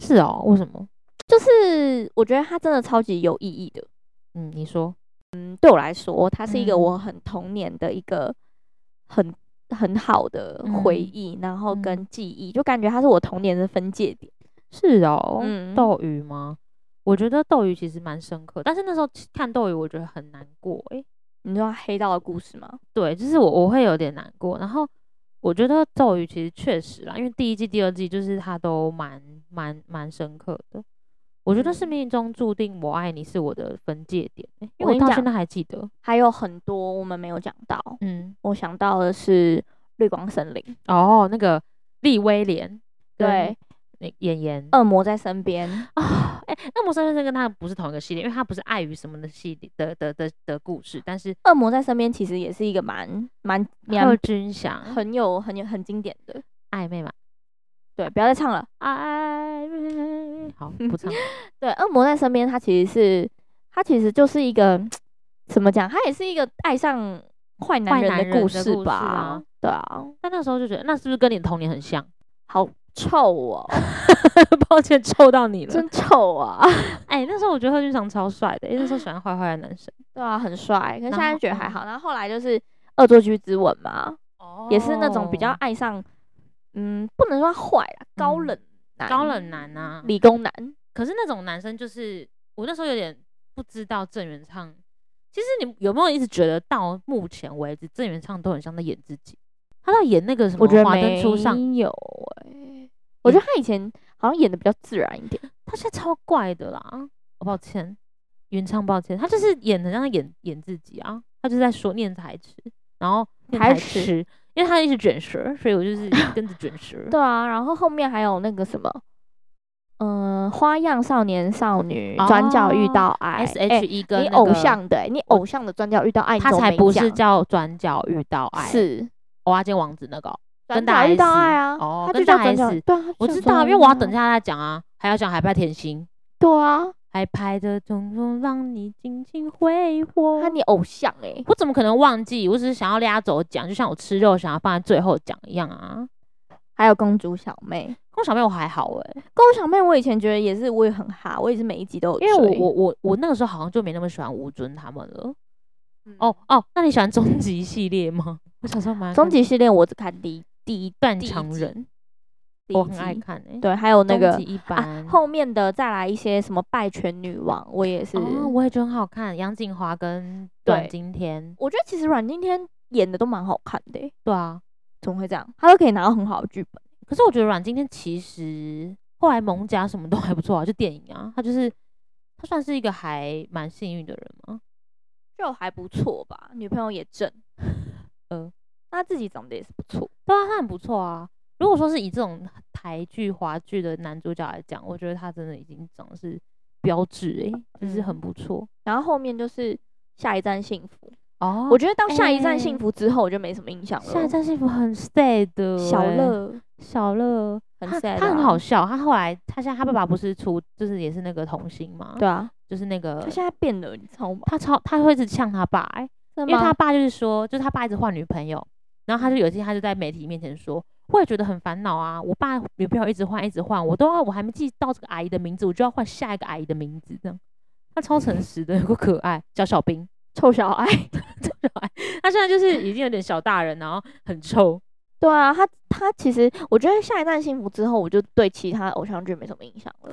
[SPEAKER 1] 是哦，为什么？
[SPEAKER 2] 就是我觉得它真的超级有意义的。
[SPEAKER 1] 嗯，你说。
[SPEAKER 2] 嗯，对我来说，它是一个
[SPEAKER 1] 嗯
[SPEAKER 2] 我很童年的一个很很好的回
[SPEAKER 1] 嗯
[SPEAKER 2] 忆，然后
[SPEAKER 1] 嗯
[SPEAKER 2] 跟记忆，就感觉它是我童年的分界点。
[SPEAKER 1] 是哦，
[SPEAKER 2] 嗯
[SPEAKER 1] 斗鱼吗？我觉得斗鱼其实蛮深刻，但是那时候其看斗鱼，我觉得很难过、欸。
[SPEAKER 2] 你知道黑道的故事吗？
[SPEAKER 1] 对，就是我我会有点难过。然后我觉得斗鱼其实确实啦，因为第一季、第二季就是它都蛮蛮蛮深刻的。我觉得是
[SPEAKER 2] 嗯
[SPEAKER 1] 命中注定，我爱你是我的分界点、欸因
[SPEAKER 2] 我跟
[SPEAKER 1] 为
[SPEAKER 2] 你
[SPEAKER 1] 我到
[SPEAKER 2] 讲
[SPEAKER 1] 现在还记得。
[SPEAKER 2] 还有很多我们没有讲到，
[SPEAKER 1] 嗯，
[SPEAKER 2] 我想到的是绿光森林，
[SPEAKER 1] 哦，那个利威廉，
[SPEAKER 2] 对，，哦
[SPEAKER 1] 那演员
[SPEAKER 2] 恶魔在身边，
[SPEAKER 1] 啊，哎、那魔神先生跟他不是同一个系列，因为他不是爱与什么的系列的的的的故事，但是
[SPEAKER 2] 恶魔在身边其实也是一个蛮蛮
[SPEAKER 1] 贺
[SPEAKER 2] 蛮
[SPEAKER 1] 军翔
[SPEAKER 2] 很有很有很经典的。
[SPEAKER 1] 暧昧嘛，
[SPEAKER 2] 对，不要再唱了。
[SPEAKER 1] 暧昧， 好不唱了，
[SPEAKER 2] 对，恶魔在身边，它其实是它其实就是一个怎么讲？它也是一个爱上坏男
[SPEAKER 1] 坏男
[SPEAKER 2] 人的
[SPEAKER 1] 人
[SPEAKER 2] 故
[SPEAKER 1] 的
[SPEAKER 2] 事
[SPEAKER 1] 故事
[SPEAKER 2] 吧？
[SPEAKER 1] 啊
[SPEAKER 2] 对啊，
[SPEAKER 1] 但那时候就觉得那是不是跟你的童年很像？
[SPEAKER 2] 好臭哦，
[SPEAKER 1] 抱歉，臭到你了。
[SPEAKER 2] 真 臭啊！
[SPEAKER 1] 哎、那时候我觉得贺军翔超帅的、因为那时候喜欢坏坏的男生，
[SPEAKER 2] 对啊，很帅，可
[SPEAKER 1] 然
[SPEAKER 2] 是现在
[SPEAKER 1] 后
[SPEAKER 2] 觉得还
[SPEAKER 1] 嗯
[SPEAKER 2] 好。然后后来就是《恶作剧之吻》嘛，
[SPEAKER 1] 哦
[SPEAKER 2] 也是那种比较爱上，嗯，不能说坏啦，高
[SPEAKER 1] 嗯
[SPEAKER 2] 冷男，
[SPEAKER 1] 高冷男啊。
[SPEAKER 2] 理工男。
[SPEAKER 1] 可是那种男生就是我那时候有点不知道郑元畅。其实你有没有一直觉得到目前为止，郑元畅都很像在演自己？他在演那个什么
[SPEAKER 2] 我觉
[SPEAKER 1] 《
[SPEAKER 2] 得
[SPEAKER 1] 华灯
[SPEAKER 2] 没
[SPEAKER 1] 初上》，
[SPEAKER 2] 有哎、我觉得他以前好像演的比较自然一点。
[SPEAKER 1] 他现在超怪的啦。我抱歉，原唱抱歉，他就是演的像在演演自己啊，他就是在说念台词，然后念
[SPEAKER 2] 台
[SPEAKER 1] 台
[SPEAKER 2] 词
[SPEAKER 1] 词，因为他一直卷舌，所以我就是跟着卷舌。
[SPEAKER 2] 对啊，然后后面还有那个什么，嗯、花样少年少女》转角遇
[SPEAKER 1] 哦
[SPEAKER 2] 到爱》
[SPEAKER 1] S
[SPEAKER 2] 哎
[SPEAKER 1] H E 跟
[SPEAKER 2] 你
[SPEAKER 1] 那
[SPEAKER 2] 偶
[SPEAKER 1] 个，
[SPEAKER 2] 像的欸、你偶像的转角遇到爱，你
[SPEAKER 1] 他
[SPEAKER 2] 怎么
[SPEAKER 1] 才
[SPEAKER 2] 没
[SPEAKER 1] 不是
[SPEAKER 2] 讲
[SPEAKER 1] 叫转角遇到爱，
[SPEAKER 2] 是
[SPEAKER 1] 娃娃间王子那个哦，
[SPEAKER 2] 转
[SPEAKER 1] 跟大
[SPEAKER 2] 角遇到
[SPEAKER 1] S
[SPEAKER 2] 爱啊，
[SPEAKER 1] 哦
[SPEAKER 2] 他
[SPEAKER 1] 跟
[SPEAKER 2] 就叫
[SPEAKER 1] 大
[SPEAKER 2] 转角
[SPEAKER 1] S
[SPEAKER 2] 对啊，它
[SPEAKER 1] 我
[SPEAKER 2] 就
[SPEAKER 1] 知
[SPEAKER 2] 叫
[SPEAKER 1] 道，因为
[SPEAKER 2] 转
[SPEAKER 1] 我要
[SPEAKER 2] 角
[SPEAKER 1] 等一
[SPEAKER 2] 遇
[SPEAKER 1] 下啊再讲啊，还要讲海派甜心，
[SPEAKER 2] 到爱。对
[SPEAKER 1] 海派的种种让你尽情挥
[SPEAKER 2] 啊，
[SPEAKER 1] 霍
[SPEAKER 2] 他。你偶像哎、
[SPEAKER 1] 我怎么可能忘记？我只是想要拉走讲，就像我吃肉想要放在最后讲一样啊。
[SPEAKER 2] 还有公主小妹，
[SPEAKER 1] 跟小妹我还好欸诶、
[SPEAKER 2] 公主小妹我以前觉得也是，我也很哈，我也是每一集都有
[SPEAKER 1] 因
[SPEAKER 2] 追，
[SPEAKER 1] 为我我我我那个时候好像就没那么喜欢吴尊他们了。
[SPEAKER 2] 嗯
[SPEAKER 1] 哦哦，那你喜欢终极系列吗？ 我小时候蛮爱看
[SPEAKER 2] 终极系列我只看第一第一
[SPEAKER 1] 断
[SPEAKER 2] 第一
[SPEAKER 1] 肠
[SPEAKER 2] 集
[SPEAKER 1] 人，
[SPEAKER 2] 第
[SPEAKER 1] 我
[SPEAKER 2] 一
[SPEAKER 1] 很爱
[SPEAKER 2] 集
[SPEAKER 1] 看诶、
[SPEAKER 2] 对，还有那
[SPEAKER 1] 终
[SPEAKER 2] 个
[SPEAKER 1] 极一
[SPEAKER 2] 啊
[SPEAKER 1] 班。
[SPEAKER 2] 后面的再来一些什么拜权女王，我也是，
[SPEAKER 1] 哦，我也觉得很好看，杨锦华跟
[SPEAKER 2] 对
[SPEAKER 1] 阮经天，
[SPEAKER 2] 我觉得其实阮经天演的都蛮好看的欸、
[SPEAKER 1] 对啊。
[SPEAKER 2] 怎么会这样？他都可以拿到很好的剧本，
[SPEAKER 1] 可是我觉得阮经天其实后来蒙甲什么都还不错啊，就电影啊，他就是他算是一个还蛮幸运的人嘛。
[SPEAKER 2] 就还不错吧，女朋友也 正，嗯
[SPEAKER 1] 呃，
[SPEAKER 2] 那自己长得也是不错，
[SPEAKER 1] 对啊，他很不错啊。如果说是以这种台剧、华剧的男主角来讲，我觉得他真的已经长得是标志诶、就是很
[SPEAKER 2] 嗯
[SPEAKER 1] 不错。
[SPEAKER 2] 然后后面就是下一站幸福，
[SPEAKER 1] 哦
[SPEAKER 2] 我觉得到下一站
[SPEAKER 1] 哎
[SPEAKER 2] 幸福之后我就没什么印嗯象了。哦
[SPEAKER 1] 下一站幸福很 sad 的
[SPEAKER 2] 小
[SPEAKER 1] 欸
[SPEAKER 2] 乐
[SPEAKER 1] 小乐
[SPEAKER 2] 很
[SPEAKER 1] 他
[SPEAKER 2] sad，
[SPEAKER 1] 他
[SPEAKER 2] 啊
[SPEAKER 1] 很好笑。他后来他现在他爸爸不是出就是也是那个童星嘛，
[SPEAKER 2] 对啊，
[SPEAKER 1] 就是那个
[SPEAKER 2] 他现在变了，你知道吗？
[SPEAKER 1] 他超他会一直呛他爸、欸，
[SPEAKER 2] 因
[SPEAKER 1] 因为他爸就是说，就是他爸一直换女朋友，然后他就有一天他就在媒体面前说，我也觉得很烦恼啊，我爸女朋友一直换一直换，我都要我还没记到这个阿姨的名字，我就要换下一个阿姨的名字，这样。他超诚实的，有个可爱小小兵，
[SPEAKER 2] 臭小爱，
[SPEAKER 1] 他现在就是已经有点小大人，然后很臭。
[SPEAKER 2] 对啊，他他其实我觉得下一站幸福之后，我就对其他偶像剧没什么印象了，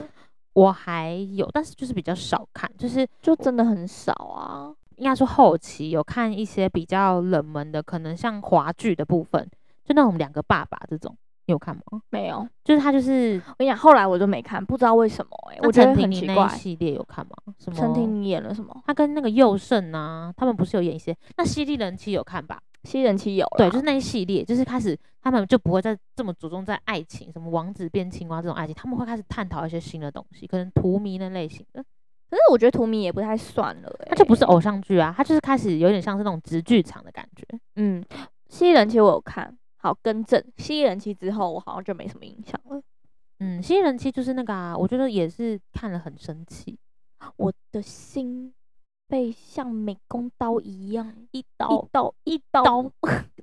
[SPEAKER 1] 我还有，但是就是比较少看，就是
[SPEAKER 2] 就真的很少啊。
[SPEAKER 1] 应该说后期有看一些比较冷门的，可能像华剧的部分，就那种两个爸爸这种，你有看吗？
[SPEAKER 2] 没有，我
[SPEAKER 1] 就是他就是
[SPEAKER 2] 跟你讲，后来我就没看，不知道为什么哎、
[SPEAKER 1] 那
[SPEAKER 2] 我觉得
[SPEAKER 1] 陈婷
[SPEAKER 2] 很
[SPEAKER 1] 妮
[SPEAKER 2] 奇
[SPEAKER 1] 那
[SPEAKER 2] 怪
[SPEAKER 1] 一。系列有看吗？什么？
[SPEAKER 2] 陈婷妮演了什么？
[SPEAKER 1] 他跟那个佑胜啊，他们不是有演一些？那《犀利人妻》有看吧？
[SPEAKER 2] 新人期有啦
[SPEAKER 1] 对，就是那一系列，就是开始他们就不会再这么着重在爱情，什么王子变青蛙这种爱情，他们会开始探讨一些新的东西，可能荼蘼那类型的。
[SPEAKER 2] 可是我觉得图迷也不太算了、欸，
[SPEAKER 1] 它就不是偶像剧啊，它就是开始有点像是那种直剧场的感觉。
[SPEAKER 2] 嗯，新人期我有看，好更正，新人期之后我好像就没什么印象了。
[SPEAKER 1] 嗯，《犀利人妻》就是那个啊，我觉得也是看了很生气，
[SPEAKER 2] 我的心被像美工刀一样一
[SPEAKER 1] 刀
[SPEAKER 2] 一刀一刀。
[SPEAKER 1] 刀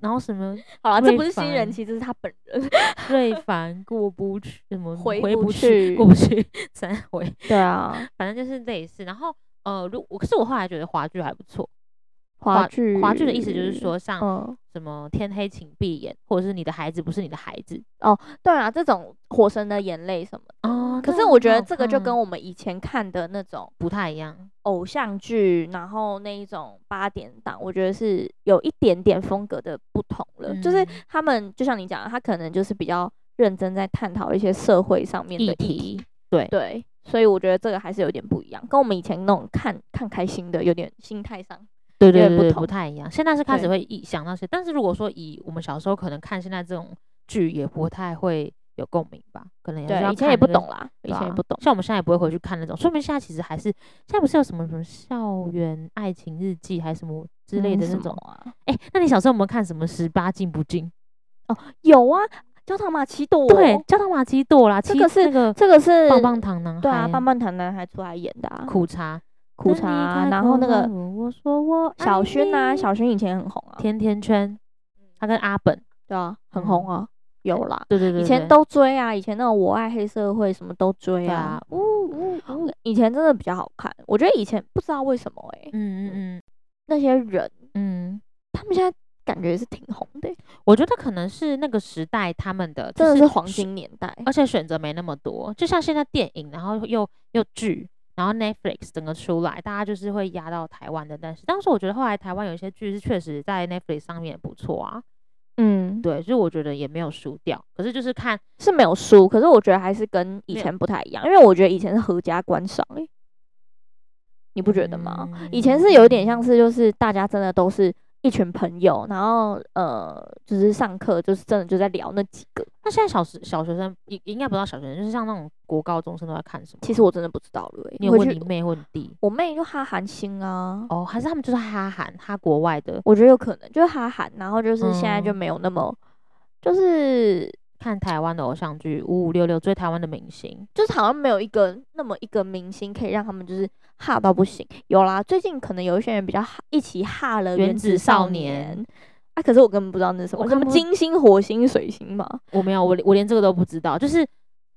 [SPEAKER 1] 然后什 么
[SPEAKER 2] 好了，这不是
[SPEAKER 1] 瑞
[SPEAKER 2] 新人
[SPEAKER 1] 凡
[SPEAKER 2] 期，这是他本人。
[SPEAKER 1] 瑞凡过不去，什么
[SPEAKER 2] 回
[SPEAKER 1] 回
[SPEAKER 2] 不
[SPEAKER 1] 不去，过不去 三回，
[SPEAKER 2] 对啊，
[SPEAKER 1] 反正就是类似。然后呃，如我可是我后来觉得华剧还不错，
[SPEAKER 2] 华
[SPEAKER 1] 华
[SPEAKER 2] 剧
[SPEAKER 1] 华剧的意思就是，说像
[SPEAKER 2] 嗯，
[SPEAKER 1] 什么天黑请闭眼，或者是你的孩子不是你的孩子
[SPEAKER 2] 对啊，这种《火神的眼泪》什么的。
[SPEAKER 1] 哦
[SPEAKER 2] 可
[SPEAKER 1] 那
[SPEAKER 2] 是
[SPEAKER 1] 个
[SPEAKER 2] 我
[SPEAKER 1] 很
[SPEAKER 2] 觉得
[SPEAKER 1] 好
[SPEAKER 2] 这个就
[SPEAKER 1] 看
[SPEAKER 2] 跟我们以前看的那种
[SPEAKER 1] 不太一样。
[SPEAKER 2] 偶像剧，然后那一种八点档，我觉得是有一点点风格的不同了。就是
[SPEAKER 1] 嗯
[SPEAKER 2] 他们就像你讲的，他可能就是比较认真在探讨一些社会上面的
[SPEAKER 1] 议
[SPEAKER 2] 议题。
[SPEAKER 1] 题，对
[SPEAKER 2] 对，所以我觉得这个还是有点不一样，跟我们以前那种看看开心的有点心态上。
[SPEAKER 1] 对对
[SPEAKER 2] 有点
[SPEAKER 1] 对
[SPEAKER 2] 不
[SPEAKER 1] 对，
[SPEAKER 2] 同
[SPEAKER 1] 不太一样。现在是开始
[SPEAKER 2] 对
[SPEAKER 1] 会一想到些，但是如果说以我们小时候可能看现在这种剧，也不太会有共鸣吧，可能也是
[SPEAKER 2] 对，
[SPEAKER 1] 要
[SPEAKER 2] 以前也
[SPEAKER 1] 看
[SPEAKER 2] 不
[SPEAKER 1] 那个
[SPEAKER 2] 懂啦，以
[SPEAKER 1] 对
[SPEAKER 2] 前也
[SPEAKER 1] 啊
[SPEAKER 2] 不懂。
[SPEAKER 1] 像我们现在也不会回去看那种，说明现在其实还是现在不是有什么什么校园爱情日记还是什么之类
[SPEAKER 2] 嗯
[SPEAKER 1] 的那
[SPEAKER 2] 什
[SPEAKER 1] 种
[SPEAKER 2] 么？啊，
[SPEAKER 1] 哎、那你小时候有没有看什么十八禁不禁？
[SPEAKER 2] 有啊，焦糖玛奇朵。
[SPEAKER 1] 对，，焦糖玛奇朵啦，
[SPEAKER 2] 这
[SPEAKER 1] 七
[SPEAKER 2] 个是
[SPEAKER 1] 那个
[SPEAKER 2] 这个是
[SPEAKER 1] 棒棒糖男孩，
[SPEAKER 2] 对啊，棒棒糖男孩出来演的啊，
[SPEAKER 1] 苦茶
[SPEAKER 2] 苦
[SPEAKER 1] 当
[SPEAKER 2] 茶
[SPEAKER 1] 你
[SPEAKER 2] 啊，
[SPEAKER 1] 开
[SPEAKER 2] 然后
[SPEAKER 1] 口
[SPEAKER 2] 那
[SPEAKER 1] 问
[SPEAKER 2] 个
[SPEAKER 1] 我我说我爱
[SPEAKER 2] 小薰啊，
[SPEAKER 1] 你
[SPEAKER 2] 小嗯薰以前很红啊，
[SPEAKER 1] 甜甜圈，他跟阿本，
[SPEAKER 2] 对啊，很
[SPEAKER 1] 嗯
[SPEAKER 2] 红啊，有啦，
[SPEAKER 1] 对对对
[SPEAKER 2] 以
[SPEAKER 1] 对
[SPEAKER 2] 前都追啊，以前那种我爱黑社会什么都追
[SPEAKER 1] 对
[SPEAKER 2] 啊
[SPEAKER 1] 啊，，嗯呜呜呜，
[SPEAKER 2] 以前真的比较好看，我觉得以前不知道为什么哎，
[SPEAKER 1] 嗯嗯
[SPEAKER 2] 那些人
[SPEAKER 1] 嗯嗯。
[SPEAKER 2] 他们现在感觉是挺红的欸，
[SPEAKER 1] 我觉得可能是那个时代他们的，就
[SPEAKER 2] 真的
[SPEAKER 1] 是啊
[SPEAKER 2] 是黄
[SPEAKER 1] 选
[SPEAKER 2] 金年代。
[SPEAKER 1] 而且选择没那么多，就像现在电影，然后又又剧，然后 Netflix 整个出来，大家就是会压到台湾的。但是当时我觉得后来台湾有一些剧是确实在 Netflix 上面也不错啊，
[SPEAKER 2] 嗯，
[SPEAKER 1] 对，所以我觉得也没有输掉。可是就是看
[SPEAKER 2] 是没有输，可是我觉得还是跟以
[SPEAKER 1] 没有
[SPEAKER 2] 前不太一样，因为我觉得以前是合家观赏欸你
[SPEAKER 1] 你嗯
[SPEAKER 2] 不觉得吗？以前是有一点像是就是大家真的都是一群朋友，然后呃，就是上课就是真的就在聊那几个。
[SPEAKER 1] 那现在小时小学生应应该不到小学生，就是像那种国高中生都在看什么？
[SPEAKER 2] 其实我真的不知道了、欸，
[SPEAKER 1] 你有
[SPEAKER 2] 回
[SPEAKER 1] 问
[SPEAKER 2] 去
[SPEAKER 1] 你妹或你弟
[SPEAKER 2] 我妹就哈韩星啊，
[SPEAKER 1] 哦，还是他们就是哈韩哈国外的
[SPEAKER 2] 我觉得有可能就是哈韩，然后就是现在就
[SPEAKER 1] 嗯
[SPEAKER 2] 没有那么，就是
[SPEAKER 1] 看台湾的偶像剧五五六六追台湾的明星，
[SPEAKER 2] 就是好像没有一个那么一个明星可以让他们就是哈到不行。有啦，最近可能有一些人比较哈一起哈了《
[SPEAKER 1] 原
[SPEAKER 2] 原
[SPEAKER 1] 子
[SPEAKER 2] 子
[SPEAKER 1] 少
[SPEAKER 2] 少
[SPEAKER 1] 年
[SPEAKER 2] 年》啊，可是我根本不知道那是什
[SPEAKER 1] 我
[SPEAKER 2] 么，
[SPEAKER 1] 看
[SPEAKER 2] 什么
[SPEAKER 1] 过
[SPEAKER 2] 金星、火星、水星嘛，
[SPEAKER 1] 我没有，我连我连这个都不知道，就是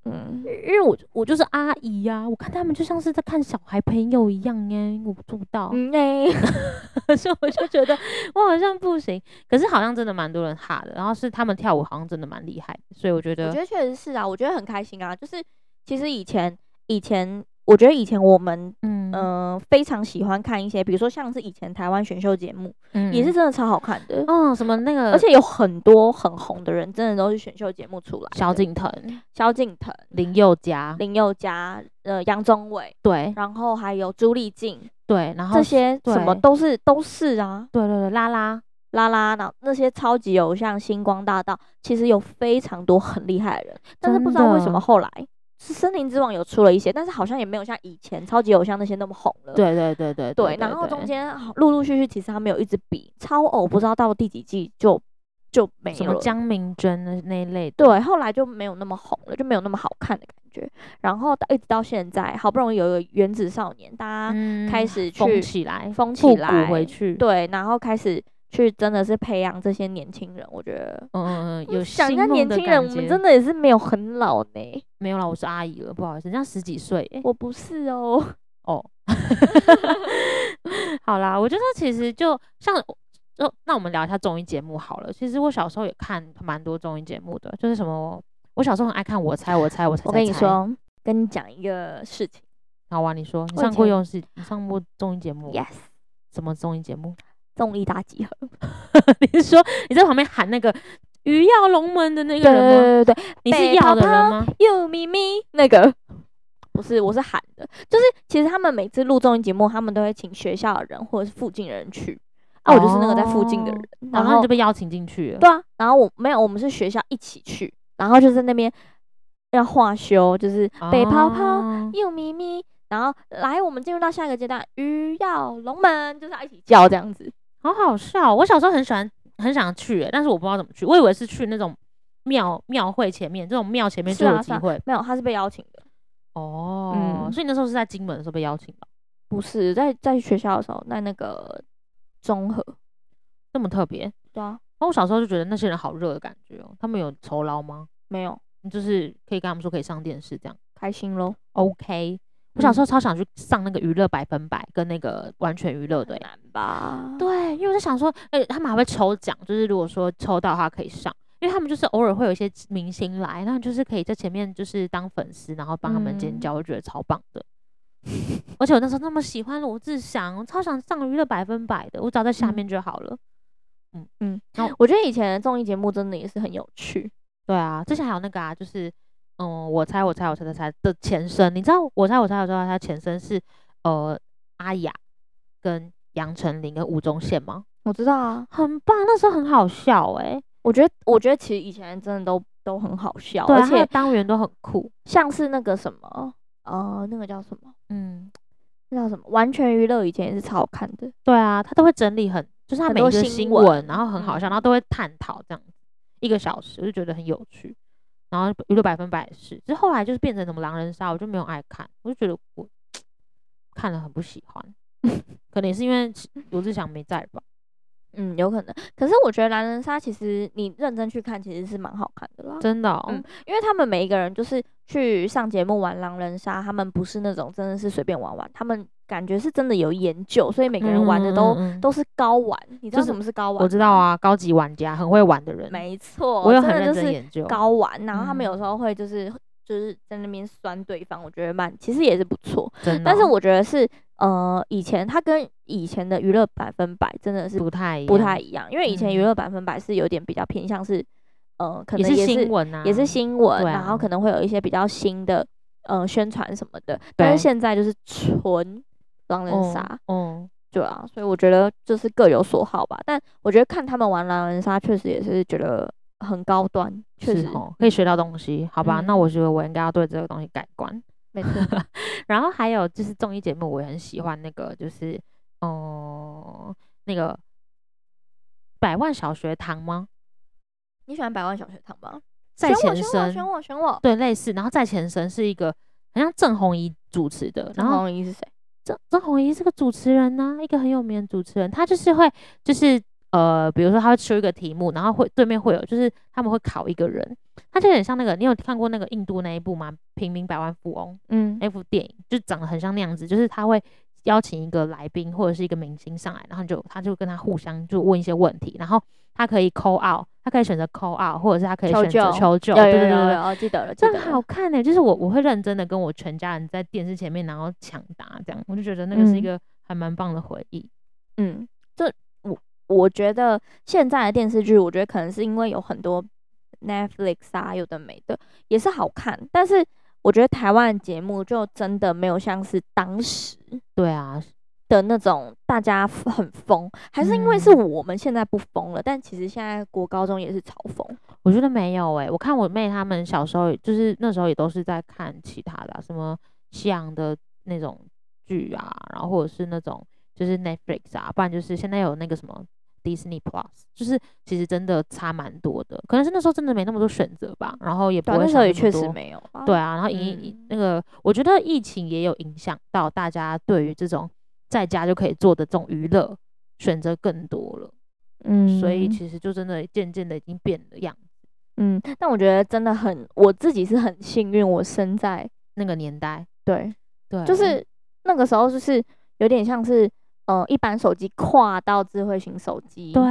[SPEAKER 2] 嗯，
[SPEAKER 1] 因为我我就是阿姨呀、我看他们就像是在看小孩朋友一样哎，我做不到，
[SPEAKER 2] 嗯 诶、
[SPEAKER 1] 所以我就觉得我好像不行。可是好像真的蛮多人哈的，然后是他们跳舞好像真的蛮厉害的，所以我觉
[SPEAKER 2] 我
[SPEAKER 1] 得
[SPEAKER 2] 觉得确实是啊，我觉得很开心啊。就是其实以前以前，我觉得以前我们
[SPEAKER 1] 嗯
[SPEAKER 2] 嗯、呃非常喜欢看一些，比如说像是以前台湾选秀节目，
[SPEAKER 1] 嗯
[SPEAKER 2] 也是真的超好看的。
[SPEAKER 1] 嗯什么那个
[SPEAKER 2] 而且有很多很红的人，真的都是选秀节目出来的。
[SPEAKER 1] 萧敬腾、
[SPEAKER 2] 萧敬腾、
[SPEAKER 1] 林宥嘉，
[SPEAKER 2] 呃嗯林宥嘉、呃杨宗纬，
[SPEAKER 1] 对
[SPEAKER 2] 然后还有朱丽静，
[SPEAKER 1] 对，然后
[SPEAKER 2] 这些什么
[SPEAKER 1] 哦对
[SPEAKER 2] 都是都是啊，
[SPEAKER 1] 对对对拉拉，
[SPEAKER 2] 啦啦那那些超级偶像、星光大道，其实有非常多很厉害的人，但是不知道为什
[SPEAKER 1] 真的
[SPEAKER 2] 么后来是森林之王有出了一些，但是好像也没有像以前超级偶像那些那么红了。
[SPEAKER 1] 对对对对
[SPEAKER 2] 呃对，然后中间好陆陆续续，其实他们有一直比超偶，不知道到第几季就就没
[SPEAKER 1] 什
[SPEAKER 2] 有
[SPEAKER 1] 么
[SPEAKER 2] 了。
[SPEAKER 1] 江明珍那那一类的，
[SPEAKER 2] 对，后来就没有那么红了，就没有那么好看的感觉。然后到一直到现在，好不容易有一个原子少年，大家
[SPEAKER 1] 嗯，
[SPEAKER 2] 啊开始去
[SPEAKER 1] 封起来，
[SPEAKER 2] 疯
[SPEAKER 1] 复
[SPEAKER 2] 起
[SPEAKER 1] 古
[SPEAKER 2] 来，
[SPEAKER 1] 回去，
[SPEAKER 2] 对，然后开始去真的是培养这些年轻人。我觉得
[SPEAKER 1] 嗯嗯嗯，
[SPEAKER 2] 嗯
[SPEAKER 1] 有
[SPEAKER 2] 想
[SPEAKER 1] 新
[SPEAKER 2] 一下
[SPEAKER 1] 梦
[SPEAKER 2] 年
[SPEAKER 1] 的
[SPEAKER 2] 轻
[SPEAKER 1] 感
[SPEAKER 2] 人，我们
[SPEAKER 1] 觉
[SPEAKER 2] 真的也是没有很老呢。
[SPEAKER 1] 没有啦，我是阿姨了，不好意思，人家十几岁欸、
[SPEAKER 2] 我不是哦，
[SPEAKER 1] 哦。 好啦，我觉得其实就像就那我们聊一下综艺节目好了。其实我小时候也看蛮多综艺节目的，就是什么，我小时候很爱看我猜我猜我猜
[SPEAKER 2] 我
[SPEAKER 1] 猜
[SPEAKER 2] 跟你
[SPEAKER 1] 猜，
[SPEAKER 2] 说，跟你讲一个事情
[SPEAKER 1] 好啊，你说你
[SPEAKER 2] 我以
[SPEAKER 1] 上过
[SPEAKER 2] 前
[SPEAKER 1] 游戏，你上过综艺节目
[SPEAKER 2] ，yes，
[SPEAKER 1] 什么综艺节目？
[SPEAKER 2] 综艺大集合。
[SPEAKER 1] 你是说你在旁边喊那个鱼跃龙门的那
[SPEAKER 2] 对
[SPEAKER 1] 个人吗？
[SPEAKER 2] 对对对
[SPEAKER 1] 你是
[SPEAKER 2] 北
[SPEAKER 1] 要
[SPEAKER 2] 泡
[SPEAKER 1] 的人
[SPEAKER 2] 泡
[SPEAKER 1] 吗？
[SPEAKER 2] ，You 咪咪那个。不是，我是喊的，就是其实他们每次录综艺节目，他们都会请学校的人或者是附近的人去，啊，我就是那个在附近的
[SPEAKER 1] 哦
[SPEAKER 2] 人，
[SPEAKER 1] 然
[SPEAKER 2] 然
[SPEAKER 1] 后
[SPEAKER 2] 后
[SPEAKER 1] 你就被邀请进去了。
[SPEAKER 2] 对啊，然后我没有，我们是学校一起去，然后就在那边要画修，就是北泡泡、
[SPEAKER 1] 哦
[SPEAKER 2] 又咪咪，然后来我们进入到下一个阶段，鱼跃龙门，就是要一起叫这样子。
[SPEAKER 1] 好好笑哦！我小时候很喜欢，很想去、欸，但是我不知道怎么去。我以为是去那种庙庙会前面，这种庙前面
[SPEAKER 2] 是
[SPEAKER 1] 就有
[SPEAKER 2] 啊
[SPEAKER 1] 机
[SPEAKER 2] 是啊
[SPEAKER 1] 会、
[SPEAKER 2] 没有，他是被邀请的，
[SPEAKER 1] 哦。
[SPEAKER 2] 嗯
[SPEAKER 1] 所以你那时候是在金门的时候被邀请的，
[SPEAKER 2] 不是在在学校的时候，在那个综合。
[SPEAKER 1] 那么特别。然
[SPEAKER 2] 对啊，
[SPEAKER 1] 后我小时候就觉得那些人好热的感觉哦、他们有酬劳吗？
[SPEAKER 2] 没有
[SPEAKER 1] 你就是可以跟他们说可以上电视这样。
[SPEAKER 2] 开心喽，
[SPEAKER 1] OK，我小时候
[SPEAKER 2] 嗯
[SPEAKER 1] 超想去上那个娱乐百分百跟那个完全娱乐的
[SPEAKER 2] 很
[SPEAKER 1] 欸、
[SPEAKER 2] 难吧？
[SPEAKER 1] 对，因为我在想说，哎、他们还会抽奖，就是如果说抽到的话可以上，因为他们就是偶尔会有一些明星来，那就是可以在前面就是当粉丝，然后帮他们尖
[SPEAKER 2] 嗯
[SPEAKER 1] 叫，我觉得超棒的。而且我那时候那么喜欢罗志祥，我超想上娱乐百分百的，我只要在下面就好了。
[SPEAKER 2] 我觉得以前的综艺节目真的也是很有趣，
[SPEAKER 1] 对啊，之前还有那个啊，就是嗯，我猜我猜我猜猜猜的前身，你知道我猜我猜我猜我猜它前身是呃阿雅跟杨丞琳跟吴宗宪吗？
[SPEAKER 2] 我知道啊，
[SPEAKER 1] 很棒，那时候很好笑欸诶、
[SPEAKER 2] 我觉得，我觉得其实以前真的都都很好笑，
[SPEAKER 1] 对啊，
[SPEAKER 2] 而
[SPEAKER 1] 他的
[SPEAKER 2] 且
[SPEAKER 1] 单元都很酷。
[SPEAKER 2] 像是那个什么，呃，那个叫什么，
[SPEAKER 1] 嗯，
[SPEAKER 2] 那叫什么，完全娱乐以前也是超好看的，
[SPEAKER 1] 对啊，他都会整理很，就是他
[SPEAKER 2] 很
[SPEAKER 1] 每一
[SPEAKER 2] 多
[SPEAKER 1] 个
[SPEAKER 2] 新
[SPEAKER 1] 新
[SPEAKER 2] 闻
[SPEAKER 1] 闻，然后很好笑，然后
[SPEAKER 2] 嗯
[SPEAKER 1] 都会探讨这样子，一个小时我就觉得很有趣。然后娱乐百分百也是，之后来就是变成什么狼人杀，我就没有爱看，我就觉得我看了很不喜欢，可能也是因为罗志祥没在吧。
[SPEAKER 2] 嗯，有可能。可是我觉得狼人杀其实你认真去看，其实是蛮好看的啦，
[SPEAKER 1] 真的、哦，
[SPEAKER 2] 嗯因为他们每一个人就是去上节目玩狼人杀，他们不是那种真的是随便玩玩，他们感觉是真的有研究，所以每个人玩的都、
[SPEAKER 1] 嗯嗯嗯
[SPEAKER 2] 都是高玩，你知道
[SPEAKER 1] 就是
[SPEAKER 2] 什么是高玩？
[SPEAKER 1] 我知道，啊，高级玩家很会玩的人，
[SPEAKER 2] 没错，
[SPEAKER 1] 我有
[SPEAKER 2] 真
[SPEAKER 1] 很
[SPEAKER 2] 的
[SPEAKER 1] 认
[SPEAKER 2] 就
[SPEAKER 1] 真
[SPEAKER 2] 是
[SPEAKER 1] 研究。
[SPEAKER 2] 高玩，然后他们
[SPEAKER 1] 嗯
[SPEAKER 2] 有时候会就是就是在那边酸对方，我觉得蛮其实也是不错，
[SPEAKER 1] 真的哦、
[SPEAKER 2] 但是我觉得是呃以前它跟以前的娱乐百分百真的是
[SPEAKER 1] 不太一
[SPEAKER 2] 不太
[SPEAKER 1] 样，
[SPEAKER 2] 一样，因为以前娱
[SPEAKER 1] 嗯
[SPEAKER 2] 乐百分百是有点比较偏向是呃可
[SPEAKER 1] 也
[SPEAKER 2] 能也是
[SPEAKER 1] 新闻啊，
[SPEAKER 2] 也是新闻，
[SPEAKER 1] 对
[SPEAKER 2] 然
[SPEAKER 1] 啊
[SPEAKER 2] 后可能会有一些比较新的呃宣传什么的，但
[SPEAKER 1] 对
[SPEAKER 2] 是现在就是纯狼人杀，
[SPEAKER 1] 嗯，嗯
[SPEAKER 2] 对啊，所以我觉得就是各有所好吧。但我觉得看他们玩狼人杀，确实也是觉得很高端，确
[SPEAKER 1] 是
[SPEAKER 2] 实，
[SPEAKER 1] 哦，可以学到东西，好吧？那
[SPEAKER 2] 嗯
[SPEAKER 1] 我觉得我应该要对这个东西改观。
[SPEAKER 2] 没错。
[SPEAKER 1] 然后还有就是综艺节目，我也很喜欢那个，就是哦、那个百万小学堂吗？
[SPEAKER 2] 你喜欢百万小学堂吧？
[SPEAKER 1] 在
[SPEAKER 2] 选我
[SPEAKER 1] 前
[SPEAKER 2] 选我，
[SPEAKER 1] 身，
[SPEAKER 2] 选我，选我。
[SPEAKER 1] 对，类似。然后在前身是一个好像郑红怡主持的，然
[SPEAKER 2] 然
[SPEAKER 1] 后
[SPEAKER 2] 后你是谁？
[SPEAKER 1] 郑郑红怡是个主持人呐、一个很有名的主持人，她就是会就是呃，比如说她会出一个题目，然后会对面会有就是他们会考一个人，她就很像那个，你有看过那个印度那一部吗？《平民百万富翁》
[SPEAKER 2] 嗯，
[SPEAKER 1] 那部电影，就长得很像那样子，就是他会邀请一个来宾或者是一个明星上来，然后你就他就跟他互相就问一些问题，然后他可以 call out，他可以选择 call out，或者是他可以
[SPEAKER 2] 求
[SPEAKER 1] 选择
[SPEAKER 2] 救
[SPEAKER 1] 求救，
[SPEAKER 2] 有
[SPEAKER 1] 对
[SPEAKER 2] 有
[SPEAKER 1] 对
[SPEAKER 2] 有
[SPEAKER 1] 对
[SPEAKER 2] 有
[SPEAKER 1] 对，
[SPEAKER 2] 有，记得了，记
[SPEAKER 1] 这
[SPEAKER 2] 得
[SPEAKER 1] 样
[SPEAKER 2] 了
[SPEAKER 1] 好看呢、就是我我会认真的跟我全家人在电视前面，然后抢答这样，我就觉得那个是一
[SPEAKER 2] 嗯
[SPEAKER 1] 个还蛮棒的回忆。
[SPEAKER 2] 嗯，这我我觉得现在的电视剧，我觉得可能是因为有很多 Netflix 啊，有的没的，也是好看，但是我觉得台湾的节目就真的没有像是当时
[SPEAKER 1] 对啊，
[SPEAKER 2] 的那种大家 f- 很疯，还是因为是
[SPEAKER 1] 嗯
[SPEAKER 2] 我们现在不疯了，但其实现在国高中也是嘲讽，
[SPEAKER 1] 我觉得没有诶、我看我妹她们小时候，就是那时候也都是在看其他的啊、什么西洋的那种剧啊，然后或者是那种就是 Netflix 啊，不然就是现在有那个什么 Disney Plus，就是其实真的差蛮多的，可能是那时候真的没那么多选择吧，然后也不
[SPEAKER 2] 对啊、
[SPEAKER 1] 会
[SPEAKER 2] 那时
[SPEAKER 1] 想
[SPEAKER 2] 候
[SPEAKER 1] 那
[SPEAKER 2] 也
[SPEAKER 1] 么
[SPEAKER 2] 确实
[SPEAKER 1] 多
[SPEAKER 2] 没有啊，
[SPEAKER 1] 对啊，然后影、
[SPEAKER 2] 嗯
[SPEAKER 1] 那个，我觉得疫情也有影响到大家对于这种在家就可以做的这种娱乐选择更多了，
[SPEAKER 2] 嗯，
[SPEAKER 1] 所以其实就真的渐渐的已经变了样子。
[SPEAKER 2] 嗯，但我觉得真的很，我自己是很幸运，我生在
[SPEAKER 1] 那个年代，
[SPEAKER 2] 对。
[SPEAKER 1] 对，
[SPEAKER 2] 就是那个时候就是有点像是呃一般手机跨到智慧型手机，
[SPEAKER 1] 对，，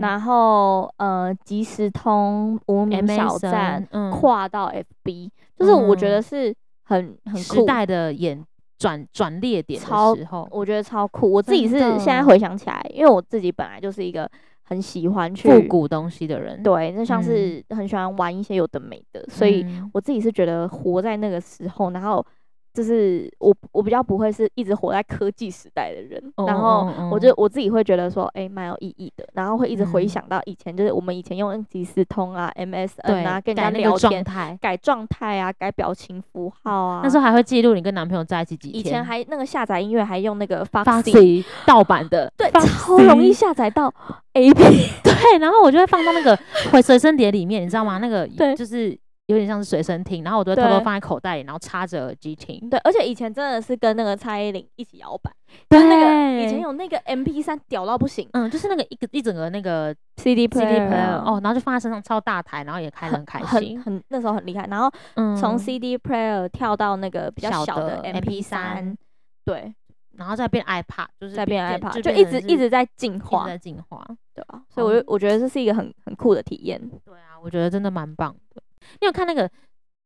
[SPEAKER 2] 然后呃即时通、无名
[SPEAKER 1] MSN
[SPEAKER 2] 小站、
[SPEAKER 1] 嗯
[SPEAKER 2] 跨到 FB，就是我觉
[SPEAKER 1] 嗯
[SPEAKER 2] 得是很很
[SPEAKER 1] 时
[SPEAKER 2] 酷，
[SPEAKER 1] 代的眼转转裂点的
[SPEAKER 2] 超
[SPEAKER 1] 时候，
[SPEAKER 2] 我觉得超酷。我自己是
[SPEAKER 1] 真的
[SPEAKER 2] 现在回想起来，因为我自己本来就是一个很喜欢去
[SPEAKER 1] 复古东西的人，
[SPEAKER 2] 对，那
[SPEAKER 1] 嗯
[SPEAKER 2] 像是很喜欢玩一些有的没的，所以
[SPEAKER 1] 嗯
[SPEAKER 2] 我自己是觉得活在那个时候，然后就是我我比较不会是一直活在科技时代的人，然后
[SPEAKER 1] 嗯嗯
[SPEAKER 2] 我
[SPEAKER 1] 嗯
[SPEAKER 2] 就我自己会觉得说，哎、蛮有意义的，然后会一直回
[SPEAKER 1] 嗯
[SPEAKER 2] 想到以前，就是我们以前用即时通啊、MSN
[SPEAKER 1] 对
[SPEAKER 2] 啊，
[SPEAKER 1] 改
[SPEAKER 2] 跟人家
[SPEAKER 1] 那
[SPEAKER 2] 聊
[SPEAKER 1] 个状
[SPEAKER 2] 天，
[SPEAKER 1] 态，
[SPEAKER 2] 改状态啊，改表情符号啊。
[SPEAKER 1] 那时候还会记录你跟男朋友在一起几天，
[SPEAKER 2] 以前还那个下载音乐还用那个 Foxy，
[SPEAKER 1] Foxy 盗版的，
[SPEAKER 2] 对，超
[SPEAKER 1] Foxy
[SPEAKER 2] 容易下载到 A P，
[SPEAKER 1] 对，然后我就会放到那 个回随身碟里面，你知道吗？那个
[SPEAKER 2] 对
[SPEAKER 1] 就是有点像是随身听，然后我都会偷偷
[SPEAKER 2] 对
[SPEAKER 1] 放在口袋里，然后插着耳机听。
[SPEAKER 2] 对，而且以前真的是跟那个蔡依林一起摇摆。
[SPEAKER 1] 对
[SPEAKER 2] 那个以前有那个 MP 三屌到不行
[SPEAKER 1] 嗯，就是那个一个一整个那个
[SPEAKER 2] ，CD
[SPEAKER 1] CD player
[SPEAKER 2] 哦，
[SPEAKER 1] 哦，然后就放在身上超大台，然后也开得很开
[SPEAKER 2] 很
[SPEAKER 1] 心。
[SPEAKER 2] 很那时候很厉害。然后
[SPEAKER 1] 嗯
[SPEAKER 2] 从 CD player 跳到那个比较
[SPEAKER 1] 小
[SPEAKER 2] 小的
[SPEAKER 1] 的
[SPEAKER 2] MP 三
[SPEAKER 1] MP3，
[SPEAKER 2] 对，
[SPEAKER 1] 然后再变 iPad，就是
[SPEAKER 2] 再变 iPad 就
[SPEAKER 1] 变哦
[SPEAKER 2] 一
[SPEAKER 1] 成
[SPEAKER 2] 直
[SPEAKER 1] 是
[SPEAKER 2] 一直在进
[SPEAKER 1] 一直
[SPEAKER 2] 化
[SPEAKER 1] 在，进化。
[SPEAKER 2] 对吧？所以我就我觉得这是一个很很酷的体验。
[SPEAKER 1] 对啊，我觉得真的蛮棒的。你有看那个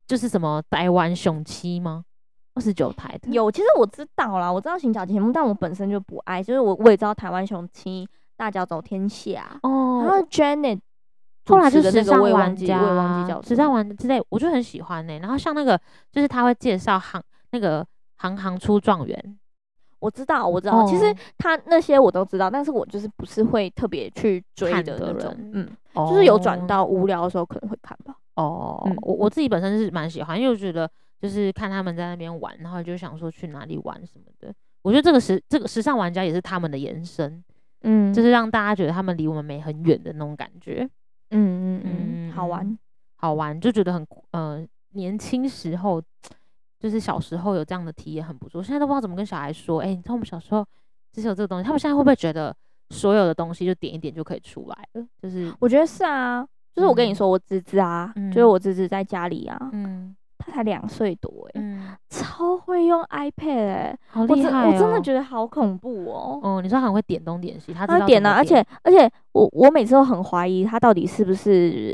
[SPEAKER 1] 就是什么台湾雄七吗？二十九台的，
[SPEAKER 2] 有，其实我知道啦，我知道行脚节目，但我本身就不爱，就是我我也知道台湾雄七、大脚走天下，
[SPEAKER 1] 哦，
[SPEAKER 2] 然后 Janet 主
[SPEAKER 1] 后来就
[SPEAKER 2] 持的
[SPEAKER 1] 时
[SPEAKER 2] 那个
[SPEAKER 1] 尚
[SPEAKER 2] 我也
[SPEAKER 1] 玩
[SPEAKER 2] 忘记，
[SPEAKER 1] 家，
[SPEAKER 2] 我也忘记叫
[SPEAKER 1] 时
[SPEAKER 2] 什
[SPEAKER 1] 尚
[SPEAKER 2] 么
[SPEAKER 1] 玩之类，我就很喜欢呢、然后像那个，就是他会介绍行那个行行出状元，
[SPEAKER 2] 我知道，我知道，其实
[SPEAKER 1] 哦
[SPEAKER 2] 他那些我都知道，但是我就是不是会特别去追
[SPEAKER 1] 看
[SPEAKER 2] 的
[SPEAKER 1] 的
[SPEAKER 2] 那种
[SPEAKER 1] 人，
[SPEAKER 2] 嗯，就是有转
[SPEAKER 1] 哦
[SPEAKER 2] 到无聊的时候可能会看吧。
[SPEAKER 1] 哦。
[SPEAKER 2] 嗯
[SPEAKER 1] 我我自己本身是蛮喜欢，因为我觉得就是看他们在那边玩，然后就想说去哪里玩什么的。我觉得这个时这个时尚玩家也是他们的延伸，
[SPEAKER 2] 嗯
[SPEAKER 1] 就
[SPEAKER 2] 就是
[SPEAKER 1] 是让大家觉得他们离我们没很远的那种感觉，
[SPEAKER 2] 嗯嗯
[SPEAKER 1] 嗯
[SPEAKER 2] 嗯，好玩。
[SPEAKER 1] 好玩，就觉得很呃年轻时候，就是小时候有这样的体验很不错。现在都不知道怎么跟小孩说，哎、你知道我们小时候就是有这个东西，他们现在会不会觉得所有的东西就点一点就可以出来了？就是
[SPEAKER 2] 我觉得是啊，就是我跟你
[SPEAKER 1] 嗯
[SPEAKER 2] 说，我侄子啊，
[SPEAKER 1] 嗯
[SPEAKER 2] 就是我侄子在家里啊，
[SPEAKER 1] 嗯
[SPEAKER 2] 他才两岁多哎、
[SPEAKER 1] 嗯，
[SPEAKER 2] 超会用 iPad 哎、
[SPEAKER 1] 好
[SPEAKER 2] 我
[SPEAKER 1] 厉
[SPEAKER 2] 真
[SPEAKER 1] 害、哦
[SPEAKER 2] 我真的觉得好恐怖哦。
[SPEAKER 1] 哦、你说很会点东点西，他知
[SPEAKER 2] 他
[SPEAKER 1] 道
[SPEAKER 2] 点
[SPEAKER 1] 怎
[SPEAKER 2] 啊，
[SPEAKER 1] 么
[SPEAKER 2] 而且而且我我每次都很怀疑他到底是不是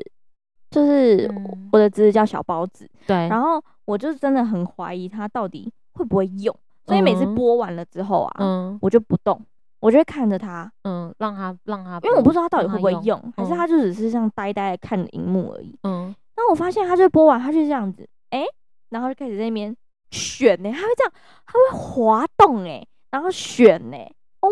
[SPEAKER 2] 就是
[SPEAKER 1] 嗯
[SPEAKER 2] 我的侄子叫小包子，
[SPEAKER 1] 对，
[SPEAKER 2] 然后我就真的很怀疑他到底会不会用，所以每次
[SPEAKER 1] 嗯
[SPEAKER 2] 播完了之后啊，
[SPEAKER 1] 嗯
[SPEAKER 2] 我就不动，我就会看着他，
[SPEAKER 1] 嗯，让他让他，
[SPEAKER 2] 因为我不知道他到底会不会
[SPEAKER 1] 让他
[SPEAKER 2] 用，还是
[SPEAKER 1] 嗯
[SPEAKER 2] 他就只是这样呆呆的看着荧幕而已。
[SPEAKER 1] 嗯，
[SPEAKER 2] 那我发现他就播完，他就这样子，哎、然后就开始在那边选呢、他会这样，他会滑动哎、然后选呢、哦，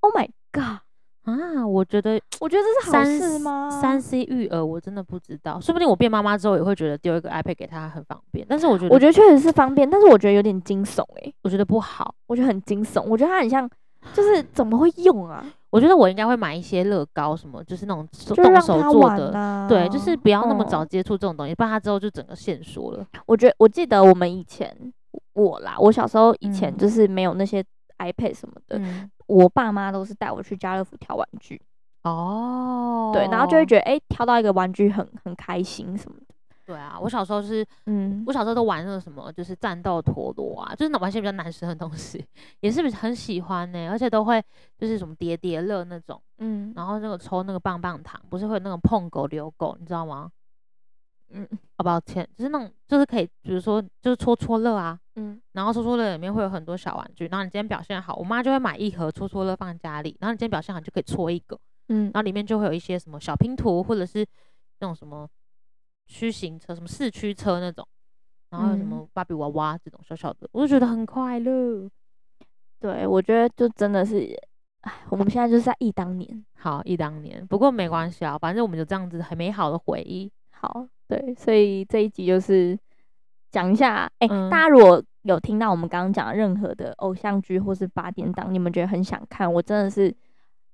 [SPEAKER 2] Oh my god！
[SPEAKER 1] 啊，我觉得
[SPEAKER 2] 我觉得这是好
[SPEAKER 1] 三
[SPEAKER 2] 事吗？
[SPEAKER 1] 三 C 育儿我真的不知道，说不定我变妈妈之后也会觉得丢一个 iPad 给她很方便，但是我觉得
[SPEAKER 2] 我觉得确实是方便，但是我觉得有点惊悚诶、
[SPEAKER 1] 我觉得不好，
[SPEAKER 2] 我觉得很惊悚，我觉得它很像，就是怎么会用啊？
[SPEAKER 1] 我觉得我应该会买一些乐高什么，就是那种手
[SPEAKER 2] 就是
[SPEAKER 1] 动
[SPEAKER 2] 让
[SPEAKER 1] 手
[SPEAKER 2] 他
[SPEAKER 1] 做
[SPEAKER 2] 玩
[SPEAKER 1] 的。
[SPEAKER 2] 啊。
[SPEAKER 1] 对，就是不要那么
[SPEAKER 2] 嗯
[SPEAKER 1] 早接触这种东西，不然他之后就整个限缩了。
[SPEAKER 2] 我觉得我记得我们以前我啦，我小时候以前
[SPEAKER 1] 嗯
[SPEAKER 2] 就是没有那些 iPad 什么的，
[SPEAKER 1] 嗯，
[SPEAKER 2] 我爸妈都是带我去家乐福挑玩具，
[SPEAKER 1] 哦，
[SPEAKER 2] 对，然后就会觉得哎、诶挑到一个玩具很很开心什么的，
[SPEAKER 1] 对啊，我小时候是，
[SPEAKER 2] 嗯
[SPEAKER 1] 我，小时候都玩那个什么，就是战斗陀螺啊，就是那玩一些比较男生的东西， 也是很喜欢呢、而且都会就是什么叠叠乐那种，
[SPEAKER 2] 嗯
[SPEAKER 1] 然后那个抽那个棒棒糖，不是会有那种碰狗溜狗，你知道吗？
[SPEAKER 2] 嗯
[SPEAKER 1] 哦，抱歉，就是那种就是可以，比如说就是戳戳乐啊，
[SPEAKER 2] 嗯，
[SPEAKER 1] 然后戳戳乐里面会有很多小玩具，然后你今天表现好，我妈就会买一盒戳戳乐放家里，然后你今天表现好你就可以戳一个，
[SPEAKER 2] 嗯
[SPEAKER 1] 然后里面就会有一些什么小拼图或者是那种什么驱行车、什么四驱车那种，然后有什
[SPEAKER 2] 嗯
[SPEAKER 1] 么芭比娃娃这种小小的，我就觉得很快乐。
[SPEAKER 2] 对，我觉得就真的是，哎，我们现在就是在忆当年，
[SPEAKER 1] 好，忆当年，不过没关系啊，反正我们有这样子很美好的回忆。
[SPEAKER 2] 好，对，所以这一集就是讲一下，哎、
[SPEAKER 1] 嗯
[SPEAKER 2] 大家如果有听到我们刚刚讲的任何的偶像剧或是八点档，你们觉得很想看，我真的是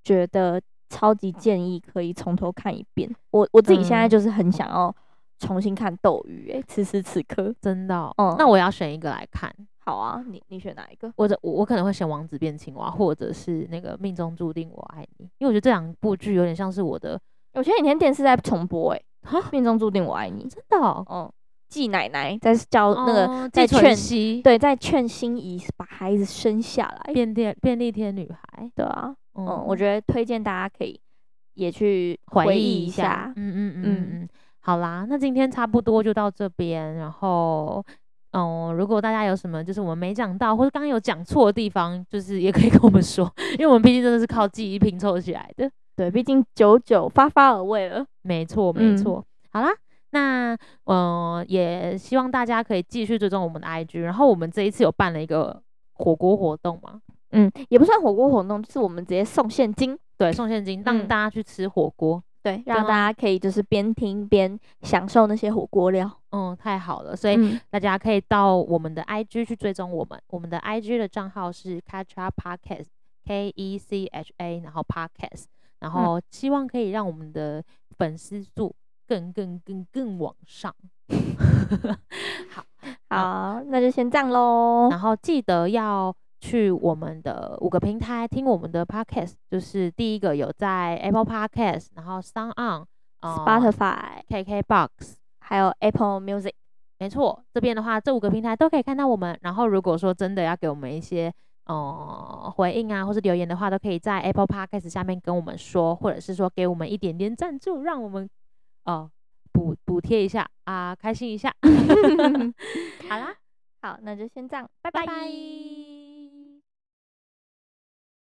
[SPEAKER 2] 觉得超级建议可以从头看一遍。我我自己现在
[SPEAKER 1] 嗯
[SPEAKER 2] 就是很想要重新看《斗鱼》，哎，此时此刻，
[SPEAKER 1] 真的哦、
[SPEAKER 2] 嗯
[SPEAKER 1] 那我要选一个来看，
[SPEAKER 2] 好啊，你你选哪一个？
[SPEAKER 1] 我的我我可能会选《王子变青蛙》，或者是那个《命中注定我爱你》，因为我觉得这两部剧有点像是我的
[SPEAKER 2] 我前几天电视在重播、哎，
[SPEAKER 1] 哈
[SPEAKER 2] 《命中注定我爱你》，
[SPEAKER 1] 真的哦、
[SPEAKER 2] 嗯，季奶奶在教那个、
[SPEAKER 1] 哦
[SPEAKER 2] 在
[SPEAKER 1] 季
[SPEAKER 2] 劝
[SPEAKER 1] 纯熙
[SPEAKER 2] 对，在劝心怡把孩子生下来，
[SPEAKER 1] 便利便利贴女孩，
[SPEAKER 2] 对啊，
[SPEAKER 1] 嗯
[SPEAKER 2] 嗯，我觉得推荐大家可以也去
[SPEAKER 1] 回
[SPEAKER 2] 忆
[SPEAKER 1] 忆一
[SPEAKER 2] 下
[SPEAKER 1] 下。。嗯嗯嗯
[SPEAKER 2] 嗯
[SPEAKER 1] 嗯嗯，好啦，那今天差不多就到这边。然后，嗯，如果大家有什么就是我们没讲到，或者刚刚有讲错的地方，就是也可以跟我们说，因为我们毕竟真的是靠记忆拼凑起来的。
[SPEAKER 2] 对，毕竟久久发发而未了。
[SPEAKER 1] 没错，没
[SPEAKER 2] 嗯
[SPEAKER 1] 错。好啦，那嗯、呃也希望大家可以继续追踪我们的 IG。然后我们这一次有办了一个火锅活动嘛，
[SPEAKER 2] 嗯，也不算火锅活动，就是我们直接送现金，
[SPEAKER 1] 对，送现金让
[SPEAKER 2] 嗯
[SPEAKER 1] 大家去吃火锅。
[SPEAKER 2] 对，
[SPEAKER 1] 对
[SPEAKER 2] 让
[SPEAKER 1] 啊
[SPEAKER 2] 大家可以就是边听边享受那些火锅料。
[SPEAKER 1] 嗯，太好了，所以
[SPEAKER 2] 嗯，
[SPEAKER 1] 大家可以到我们的 IG 去追踪我们，我们的 IG 的账号是 Catch Up Podcast K E C H A，然后 Podcast，然后希望可以让我们的粉丝数更更更更往上，
[SPEAKER 2] 好，那就先这样喽。
[SPEAKER 1] 然后记得要去我们的五个平台听我们的 Podcast，就是第一个有在 Apple Podcast，然后 Sound On、呃、
[SPEAKER 2] Spotify
[SPEAKER 1] KK Box。
[SPEAKER 2] 还有 Apple Music，
[SPEAKER 1] 没错，这边的话，这五个平台都可以看到我们。然后，如果说真的要给我们一些呃回应啊，或是留言的话，都可以在 Apple Podcast 下面跟我们说，或者是说给我们一点点赞助，让我们呃补补贴一下啊，开心一下。好啦，
[SPEAKER 2] 好，那就先这样，拜
[SPEAKER 1] 拜
[SPEAKER 2] 拜
[SPEAKER 1] 拜